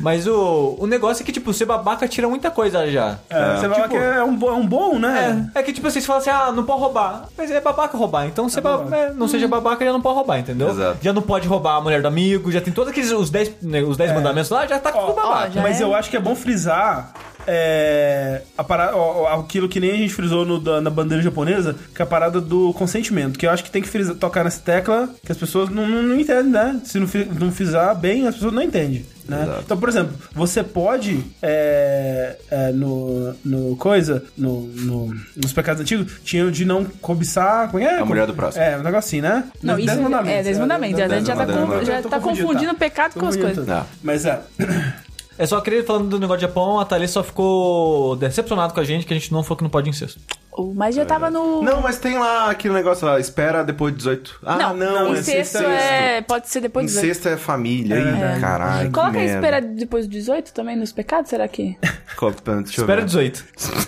Speaker 2: Mas o, o negócio é que, tipo, ser babaca tira muita coisa já.
Speaker 4: É, você vai
Speaker 2: Tipo-
Speaker 4: lá que é um, bo- é um bom, né?
Speaker 2: É, é que, tipo, vocês falam assim, ah, não pode roubar. Mas é babaca roubar. Então, você ba-
Speaker 4: babaca.
Speaker 2: é, não seja babaca, já não pode roubar, entendeu?
Speaker 1: Exato.
Speaker 2: Já não pode roubar a mulher do amigo, já tem todos aqueles, os 10 né, os dez mandamentos lá, já tá tudo babaca.
Speaker 3: já
Speaker 4: Mas
Speaker 3: é.
Speaker 4: eu acho que é bom frisar é, a parada, ó, ó, aquilo que nem a gente frisou no da- na bandeira japonesa, que é a parada do consentimento. Que eu acho que tem que frisar- tocar nessa tecla que as pessoas não, não, não entendem, né? Se não, fi- não frisar bem, as pessoas não entendem. Né?
Speaker 1: Exato.
Speaker 4: Então, por exemplo, você pode é, é, no, no coisa, no, no- nos pecados antigos, tinha o de não cobiçar. Como é?
Speaker 1: A mulher do próximo.
Speaker 4: É, um negocinho, né?
Speaker 3: Não,
Speaker 4: Dez
Speaker 3: isso é
Speaker 4: mandamentos,
Speaker 3: dez mandamentos.
Speaker 4: né?
Speaker 3: A gente já tá,
Speaker 1: mandamentos.
Speaker 3: com- já
Speaker 4: Eu tô
Speaker 3: tá
Speaker 4: confundindo,
Speaker 3: confundindo
Speaker 4: tá.
Speaker 3: o pecado com as coisas.
Speaker 4: Confundindo tudo.
Speaker 1: Não.
Speaker 4: Mas é.
Speaker 2: É só querer falando do negócio de Japão, a Thalys só ficou decepcionado com a gente que a gente não falou que não pode incesto.
Speaker 3: Oh, Mas já tava no.
Speaker 1: Não, mas tem lá aquele negócio lá, espera depois de 18. Ah, não,
Speaker 3: não,
Speaker 1: não
Speaker 3: incesto é. Pode ser depois de 18.
Speaker 1: Incesto é família. Ih, caralho.
Speaker 3: Coloca
Speaker 1: que
Speaker 3: aí
Speaker 1: merda.
Speaker 3: espera depois de 18 também nos pecados, será que?
Speaker 1: Coloca- Deixa eu
Speaker 2: Espera
Speaker 1: ver.
Speaker 2: 18.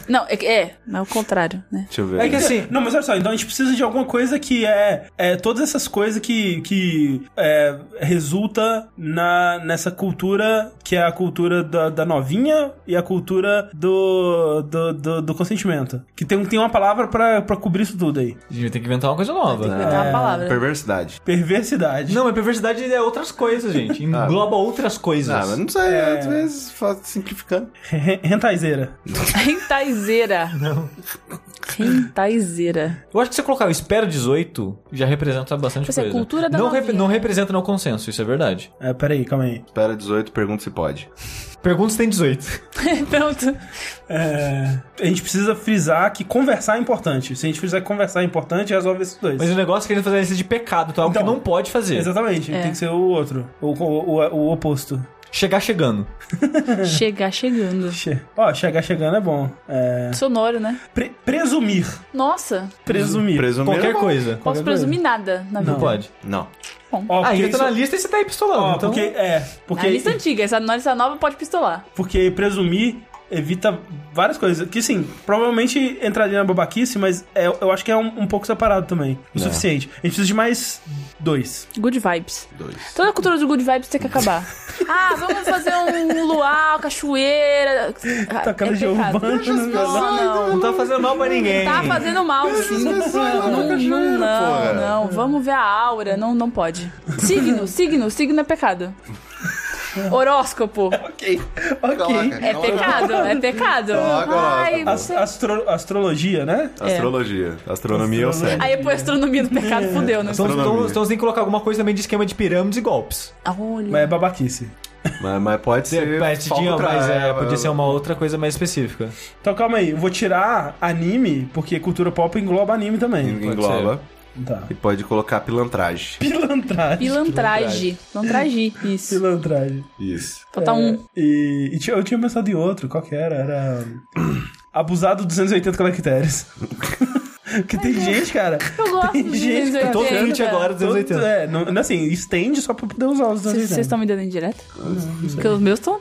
Speaker 3: Não, é, que- é, é o contrário, né?
Speaker 1: Deixa eu ver.
Speaker 2: É que assim,
Speaker 4: Não, mas olha só, então a gente precisa de alguma coisa que é, é todas essas coisas que, que é, resulta na, nessa cultura que é a cultura da, da novinha e a cultura do, do, do, do consentimento. Que tem, tem uma palavra pra, pra cobrir isso tudo aí.
Speaker 2: a gente vai ter que inventar uma coisa nova.
Speaker 3: Inventar
Speaker 1: Ah,
Speaker 3: uma
Speaker 2: assim.
Speaker 3: palavra.
Speaker 1: Perversidade.
Speaker 4: Perversidade.
Speaker 2: Não, mas perversidade é outras coisas, gente. Engloba outras coisas.
Speaker 1: Ah, mas não sei,
Speaker 2: É.
Speaker 1: às vezes faz- simplificando.
Speaker 4: Rentaizeira.
Speaker 3: Rentaizeira. Não. Rentaizeira.
Speaker 2: Eu acho que se eu colocar o espera 18, já representa bastante
Speaker 3: Tipo assim,
Speaker 2: coisa.
Speaker 3: cultura da
Speaker 2: não,
Speaker 3: novinha.
Speaker 2: não representa não consenso, isso é verdade.
Speaker 4: É, peraí, calma aí.
Speaker 1: Espera 18, pergunta se pode.
Speaker 2: Pergunta se tem 18.
Speaker 3: Pronto.
Speaker 4: É, a gente precisa frisar que conversar é importante. Se a gente frisar que conversar é importante, resolve esses dois.
Speaker 2: Mas o negócio é que ele fazer isso de pecado, então é algo
Speaker 4: Então,
Speaker 2: que não pode fazer.
Speaker 4: Exatamente, tem que ser o outro. O, o, o, o oposto.
Speaker 2: Chegar chegando.
Speaker 3: Chegar chegando.
Speaker 4: Che- Ó, chegar chegando é bom. É...
Speaker 3: Sonoro, né?
Speaker 4: pre- presumir.
Speaker 3: Nossa,
Speaker 4: Presumir.
Speaker 1: Presumir.
Speaker 2: Qualquer
Speaker 1: é bom.
Speaker 2: coisa.
Speaker 3: posso presumir nada na vida.
Speaker 2: Não pode.
Speaker 1: Não.
Speaker 2: Ah,
Speaker 4: Ó, porque
Speaker 2: ainda tá na
Speaker 4: isso-
Speaker 2: lista e você tá aí pistolando.
Speaker 4: ó,
Speaker 2: então...
Speaker 4: porque, é,
Speaker 3: Na lista
Speaker 4: porque,
Speaker 3: antiga, essa, na lista nova pode pistolar.
Speaker 4: porque presumir evita várias coisas. Que sim, provavelmente entraria na babaquice, mas é- eu acho que é um, um pouco separado também. O suficiente. A gente precisa de mais dois.
Speaker 3: Good vibes.
Speaker 1: Dois.
Speaker 3: Toda a cultura do good vibes tem que acabar. ah, vamos fazer um luau, cachoeira. Ah,
Speaker 4: Tacando
Speaker 3: é pecado.
Speaker 4: Giovanni no negócio.
Speaker 3: Não, Hum, não.
Speaker 2: Não tá fazendo mal pra ninguém.
Speaker 3: Tá fazendo mal, sim. né? Não, não, não,
Speaker 1: porra.
Speaker 3: não. Vamos ver a aura. Não, não pode. Signo, signo, signo é pecado. Horóscopo.
Speaker 1: Ok.
Speaker 4: Coloca.
Speaker 3: É pecado, é pecado.
Speaker 1: Coloca,
Speaker 3: Ai,
Speaker 4: As-
Speaker 3: você...
Speaker 4: astro- astrologia, né?
Speaker 1: Astrologia. Astronomia é o sério.
Speaker 3: Aí depois a astronomia do pecado fudeu, né?
Speaker 2: Então, então,
Speaker 1: Astronomia.
Speaker 2: então você tem que colocar alguma coisa também de esquema de pirâmides e golpes.
Speaker 4: Mas
Speaker 3: Olha.
Speaker 4: é babaquice.
Speaker 1: Mas, mas pode ser.
Speaker 2: Mas,
Speaker 1: palco
Speaker 2: tinha-
Speaker 1: pra-
Speaker 2: mas é, podia
Speaker 1: um
Speaker 2: ser uma outra coisa mais específica.
Speaker 4: Então calma aí, eu vou tirar anime, porque cultura pop engloba anime também.
Speaker 1: Engloba.
Speaker 4: Tá.
Speaker 1: E pode colocar pilantragem.
Speaker 4: Pilantragem.
Speaker 3: Pilantragem. Pilantragem, isso.
Speaker 4: Pilantragem.
Speaker 1: Isso.
Speaker 3: Falta
Speaker 4: É.
Speaker 3: um.
Speaker 4: E, e tinha- eu tinha pensado em outro, qual que era? Era. Abusado 280 caracteres. Porque tem gente, cara.
Speaker 3: Eu gosto
Speaker 4: tem
Speaker 3: de
Speaker 4: gente
Speaker 3: desenho
Speaker 4: que
Speaker 3: de
Speaker 4: todo
Speaker 3: desenho,
Speaker 4: print
Speaker 3: cara.
Speaker 2: agora dos anos
Speaker 4: todo-
Speaker 2: 80.
Speaker 4: É, não, não, assim, estende só pra poder usar os anos
Speaker 3: Vocês
Speaker 4: 80.
Speaker 3: estão me dando indireta? Porque os meus estão.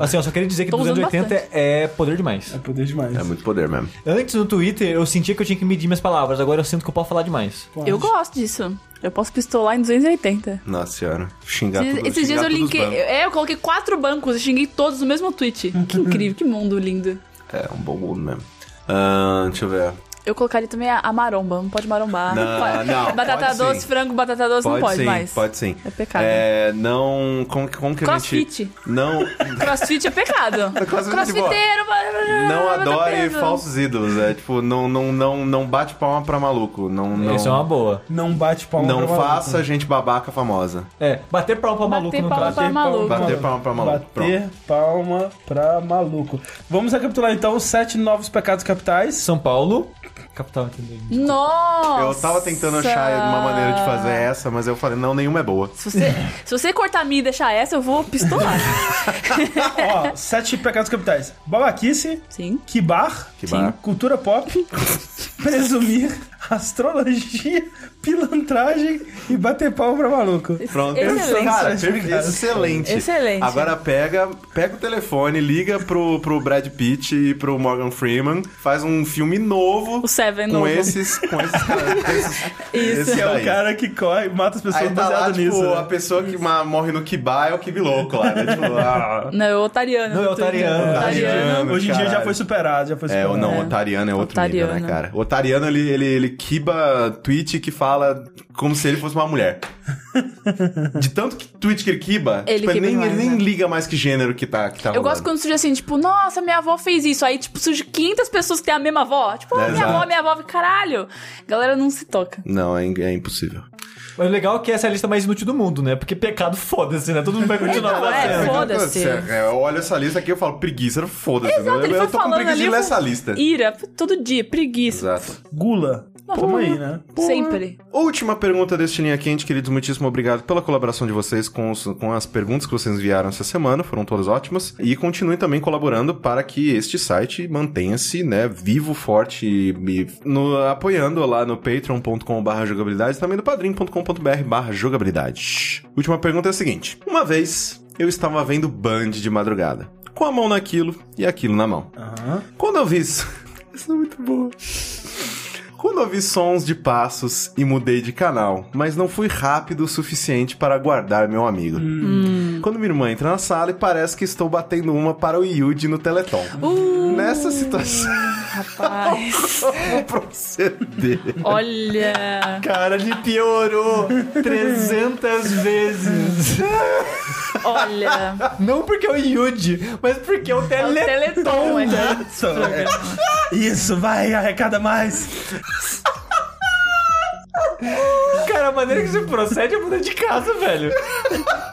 Speaker 2: Assim, eu só queria dizer que
Speaker 3: Tô usando
Speaker 2: 280
Speaker 3: bastante.
Speaker 2: é poder demais.
Speaker 4: É poder demais.
Speaker 1: É muito poder mesmo.
Speaker 2: Antes no Twitter eu sentia que eu tinha que medir minhas palavras, agora eu sinto que eu posso falar demais.
Speaker 3: Eu gosto disso. Eu posso pistolar em 280.
Speaker 1: Nossa senhora. Xingar
Speaker 3: Esses-
Speaker 1: tudo,
Speaker 3: Esses dias
Speaker 1: xingar
Speaker 3: eu
Speaker 1: todos os
Speaker 3: linkei.
Speaker 1: bancos.
Speaker 3: É, eu coloquei quatro bancos e xinguei todos no mesmo tweet. Que incrível, que mundo lindo.
Speaker 1: É, um bom mundo mesmo. Ah, deixa eu ver.
Speaker 3: Eu colocaria também a, a maromba, não pode marombar.
Speaker 1: Não,
Speaker 3: Pa-
Speaker 1: não,
Speaker 3: batata
Speaker 1: pode
Speaker 3: doce,
Speaker 1: sim.
Speaker 3: frango, batata doce
Speaker 1: Pode,
Speaker 3: não pode
Speaker 1: sim,
Speaker 3: mais.
Speaker 1: pode sim.
Speaker 3: É pecado.
Speaker 1: É, não. Como, que- como que a gente.
Speaker 3: Crossfit.
Speaker 1: Não.
Speaker 3: Crossfit é pecado.
Speaker 1: Crossfit é
Speaker 3: Crossfiteiro,
Speaker 1: Não
Speaker 3: tá
Speaker 1: adore
Speaker 3: falso.
Speaker 1: falsos ídolos. É tipo, não, não, não, não bate palma pra maluco. Não, não,
Speaker 2: Isso é uma boa.
Speaker 4: Não bate palma
Speaker 1: não
Speaker 4: pra maluco.
Speaker 1: faça gente babaca famosa.
Speaker 2: É, bater palma pra maluco
Speaker 3: Bater
Speaker 2: no
Speaker 3: palma
Speaker 2: caso.
Speaker 3: pra- maluco.
Speaker 1: Bater palma pra maluco,
Speaker 4: Bater palma pra maluco. Vamos recapitular então os sete novos pecados capitais.
Speaker 2: São Paulo, capital, entendeu?
Speaker 3: Nossa!
Speaker 1: Eu tava tentando achar uma maneira de fazer essa, mas eu falei, não, nenhuma é boa.
Speaker 3: Se você, se você cortar a minha e deixar essa, eu vou pistolar.
Speaker 4: Ó, sete pecados capitais: babaquice,
Speaker 3: Sim.
Speaker 4: kibar,
Speaker 1: Kibar. Sim.
Speaker 4: cultura pop, presumir, astrologia, pilantragem e bater palma pra maluco.
Speaker 1: Pronto.
Speaker 3: Excelente.
Speaker 1: Cara,
Speaker 4: Excelente.
Speaker 1: perfeito. excelente.
Speaker 3: Excelente.
Speaker 1: Agora pega, pega o telefone, liga pro, pro Brad Pitt e pro Morgan Freeman, faz um filme é novo tá
Speaker 3: O Seven
Speaker 1: com
Speaker 3: novo.
Speaker 1: esses, com esses caras. com esses-
Speaker 3: Isso.
Speaker 1: esses
Speaker 4: Que é o
Speaker 1: daí.
Speaker 4: cara que corre e mata as pessoas
Speaker 1: Aí tá lá,
Speaker 4: baseado
Speaker 1: tipo,
Speaker 4: nisso.
Speaker 1: a
Speaker 4: né?
Speaker 1: pessoa que ma- morre no Kibá é o Kibiloco lá, né? Tipo, ah,
Speaker 3: Não, é o Otariano.
Speaker 2: Não, é
Speaker 3: no Twitter.
Speaker 2: otariano.
Speaker 1: Otariano,
Speaker 4: Hoje em dia já
Speaker 1: caralho.
Speaker 4: foi superado, já foi
Speaker 1: É,
Speaker 4: superado.
Speaker 1: ou não, Otariano é outro nível,
Speaker 3: Otariano.
Speaker 1: né, cara? Otariano, ele, ele, ele kiba tweet que fala como se ele fosse uma mulher. De tanto que tweet que ele kiba,
Speaker 3: Ele
Speaker 1: tipo,
Speaker 3: kiba
Speaker 1: nem,
Speaker 3: demais,
Speaker 1: ele nem
Speaker 3: né?
Speaker 1: liga mais que gênero que tá, que tá
Speaker 3: Eu gosto
Speaker 1: rolando.
Speaker 3: quando surge assim, tipo, nossa, minha avó fez isso. Aí, tipo, surge 500 pessoas que têm a mesma avó. Tipo, ah, minha
Speaker 1: Exato.
Speaker 3: avó, minha avó, caralho. Galera não se toca.
Speaker 1: Não, é, in- é impossível.
Speaker 2: Mas o legal é que essa é a lista mais inútil do mundo, né? Porque pecado foda-se, né? Todo mundo vai continuar
Speaker 3: Então, é,
Speaker 2: fazendo.
Speaker 3: Foda-se.
Speaker 1: É, Eu olho essa lista aqui e falo, preguiça, foda-se.
Speaker 3: Exato,
Speaker 1: eu
Speaker 3: ele foi
Speaker 1: eu tô com
Speaker 3: falando
Speaker 1: preguiça
Speaker 3: ali.
Speaker 1: de
Speaker 3: eu
Speaker 1: ler
Speaker 3: fui-
Speaker 1: essa lista.
Speaker 3: Ira, todo dia, preguiça.
Speaker 1: Exato.
Speaker 4: Gula. Toma aí, né?
Speaker 3: Sempre.
Speaker 1: Última pergunta deste Linha Quente, queridos. Muitíssimo obrigado pela colaboração de vocês com, os- com as perguntas que vocês enviaram essa semana. Foram todas ótimas. E continuem também colaborando para que este site mantenha-se né, vivo, forte, e, e no- apoiando lá no patreon.com.br jogabilidade e também no padrim.com.br barra jogabilidade. Última pergunta é a seguinte. Uma vez eu estava vendo Band de madrugada, com a mão naquilo e aquilo na mão.
Speaker 4: Aham.
Speaker 1: Quando eu vi isso. Isso é muito boa. Quando eu vi sons de passos e mudei de canal, mas não fui rápido o suficiente para aguardar meu amigo.
Speaker 3: Hum.
Speaker 1: Quando minha irmã entra na sala e parece que estou batendo uma para o Yuji no Teleton.
Speaker 3: Uh,
Speaker 1: Nessa situação,
Speaker 3: rapaz.
Speaker 1: vou proceder.
Speaker 3: Olha.
Speaker 2: Cara, ele piorou 300 vezes.
Speaker 3: Olha.
Speaker 2: Não porque é o Yuji, mas porque é o né?
Speaker 3: É o
Speaker 2: Tele...
Speaker 3: Teleton, é.
Speaker 4: Isso, é. Isso, vai, arrecada mais.
Speaker 2: Cara, a maneira que você procede é mudar de casa, velho.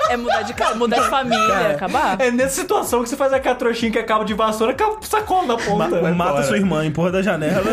Speaker 3: É mudar de, ca- mudar de família, acabar.
Speaker 2: É nessa situação que você faz a catrochinha que é cabo de vassoura, cabo sacola na ponta.
Speaker 4: Mata
Speaker 2: Embora.
Speaker 4: sua irmã, empurra da janela.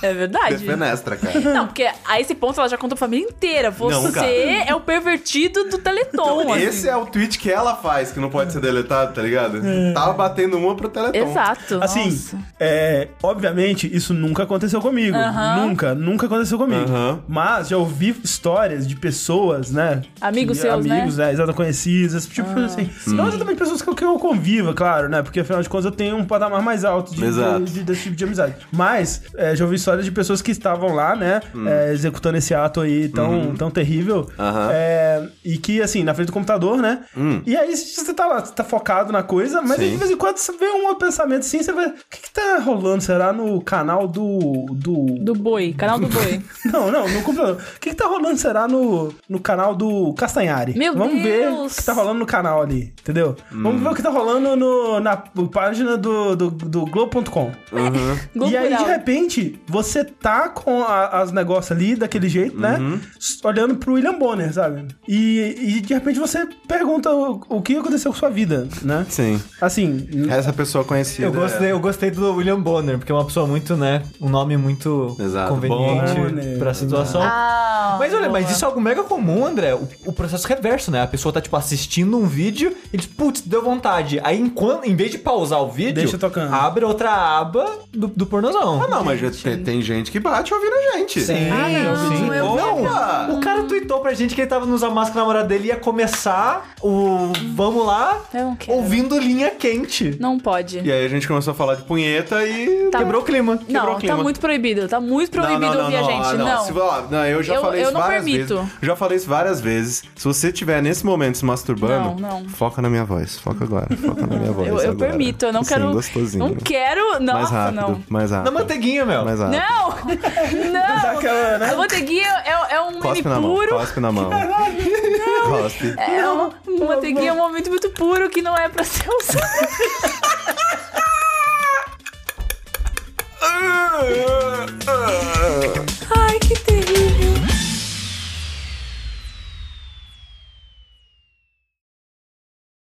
Speaker 3: É verdade.
Speaker 1: Defenestra, cara.
Speaker 3: Não, porque a esse ponto ela já conta a família inteira.
Speaker 1: Não, cara.
Speaker 3: Você é o pervertido do Teleton. assim.
Speaker 1: Esse é o tweet que ela faz, que não pode ser deletado, tá ligado? Tava batendo uma pro Teleton.
Speaker 3: É. Exato.
Speaker 4: Assim,
Speaker 3: nossa.
Speaker 4: é, obviamente, isso nunca aconteceu comigo.
Speaker 3: Aham.
Speaker 4: Nunca, nunca aconteceu comigo.
Speaker 1: Aham.
Speaker 4: Mas já ouvi histórias de pessoas, né?
Speaker 3: Amigos
Speaker 4: que-
Speaker 3: seus, né?
Speaker 1: é.
Speaker 3: Ah.
Speaker 4: Amigos, né? Exato, conhecidas. Tipo assim,
Speaker 1: Hum.
Speaker 4: não exatamente pessoas com quem eu conviva, claro, né? Porque afinal de contas eu tenho um patamar mais alto de,
Speaker 1: Exato.
Speaker 4: de- de- desse tipo de amizade. Mas é, já ouvi histórias de pessoas que estavam lá, né?
Speaker 1: Hum.
Speaker 4: é, executando esse ato aí tão, tão terrível.
Speaker 1: Uhum. Aham. Hum.
Speaker 4: É, e que, assim, na frente do computador, né? E aí você tá lá, você tá focado na coisa, mas aí,
Speaker 1: Sim.
Speaker 4: de vez em quando você vê um pensamento assim, você vê. O que, que tá rolando? Será no canal do. do.
Speaker 3: Do boi, canal do boi.
Speaker 4: Não, não, no computador. O que, que tá rolando? Será no, no canal do Castanhari?
Speaker 3: Meu
Speaker 4: Vamos ver o
Speaker 3: Deus!
Speaker 4: que tá rolando no canal ali, entendeu? Vamos ver o que tá rolando no, na página do, do, do Globo.com.
Speaker 1: Uhum.
Speaker 3: Globo
Speaker 4: E aí, de
Speaker 3: Rural.
Speaker 4: repente, você tá com a- as negócios ali daquele jeito, né? S- Olhando pro William Bonner, sabe? E, e de repente você pergunta o, o que aconteceu com sua vida, né?
Speaker 1: Sim.
Speaker 4: Assim,
Speaker 1: Essa pessoa conhecida. é-
Speaker 2: Eu gostei, eu gostei do William Bonner, porque é uma pessoa muito, né? Um nome muito
Speaker 1: Exato,
Speaker 2: conveniente
Speaker 4: Bonner.
Speaker 2: pra situação.
Speaker 3: Ah,
Speaker 2: Mas olha, mas
Speaker 3: boa.
Speaker 2: isso é algo mega comum, André. O, o processo reverso, né? A pessoa tá, tipo, assistindo um vídeo e diz, putz, deu vontade. Aí, enquanto, em vez de pausar o vídeo,
Speaker 4: Deixa tocando.
Speaker 2: abre outra aba do, do pornozão.
Speaker 1: Ah, não, mas já tem, tem gente que bate ouvindo a gente.
Speaker 4: Sim.
Speaker 3: Ah, não,
Speaker 1: assim,
Speaker 4: sim.
Speaker 3: eu
Speaker 1: Opa!
Speaker 3: não.
Speaker 2: O cara tweetou pra gente que ele tava nos amassos com a namorada dele e ia começar o Vamos lá
Speaker 3: Eu não quero.
Speaker 2: ouvindo linha quente.
Speaker 3: Não pode.
Speaker 1: E aí a gente começou a falar de punheta e.
Speaker 3: Tá-
Speaker 2: Quebrou o clima.
Speaker 1: quebrou
Speaker 3: Não,
Speaker 1: o
Speaker 3: tá
Speaker 1: clima.
Speaker 3: muito proibido. Tá muito proibido ouvir a gente.
Speaker 1: ah,
Speaker 3: Não.
Speaker 1: Se, ó, não, eu já
Speaker 3: Eu-
Speaker 1: falei
Speaker 3: eu
Speaker 1: isso
Speaker 3: não
Speaker 1: várias
Speaker 3: permito.
Speaker 1: vezes. Já falei isso várias vezes. Se você estiver nesse momento se masturbando,
Speaker 3: Não, não.
Speaker 1: foca na minha voz. Foca agora. Foca na minha voz.
Speaker 3: Eu, eu
Speaker 1: agora.
Speaker 3: permito, eu não
Speaker 1: Assim,
Speaker 3: quero.
Speaker 1: gostosinho.
Speaker 3: Não quero.
Speaker 1: mais
Speaker 3: Nossa,
Speaker 1: rápido,
Speaker 3: não.
Speaker 1: mais
Speaker 2: Na
Speaker 1: rápido.
Speaker 2: Tá manteiguinha, meu.
Speaker 1: mais rápido.
Speaker 3: Não! Não!
Speaker 4: Aquela, né?
Speaker 3: A manteiguinha é, é um meme
Speaker 1: Cospe na mão,
Speaker 3: puro.
Speaker 1: cospe na mão. Cospe.
Speaker 3: É um, manteiguinha é um momento muito puro que não é pra ser usado.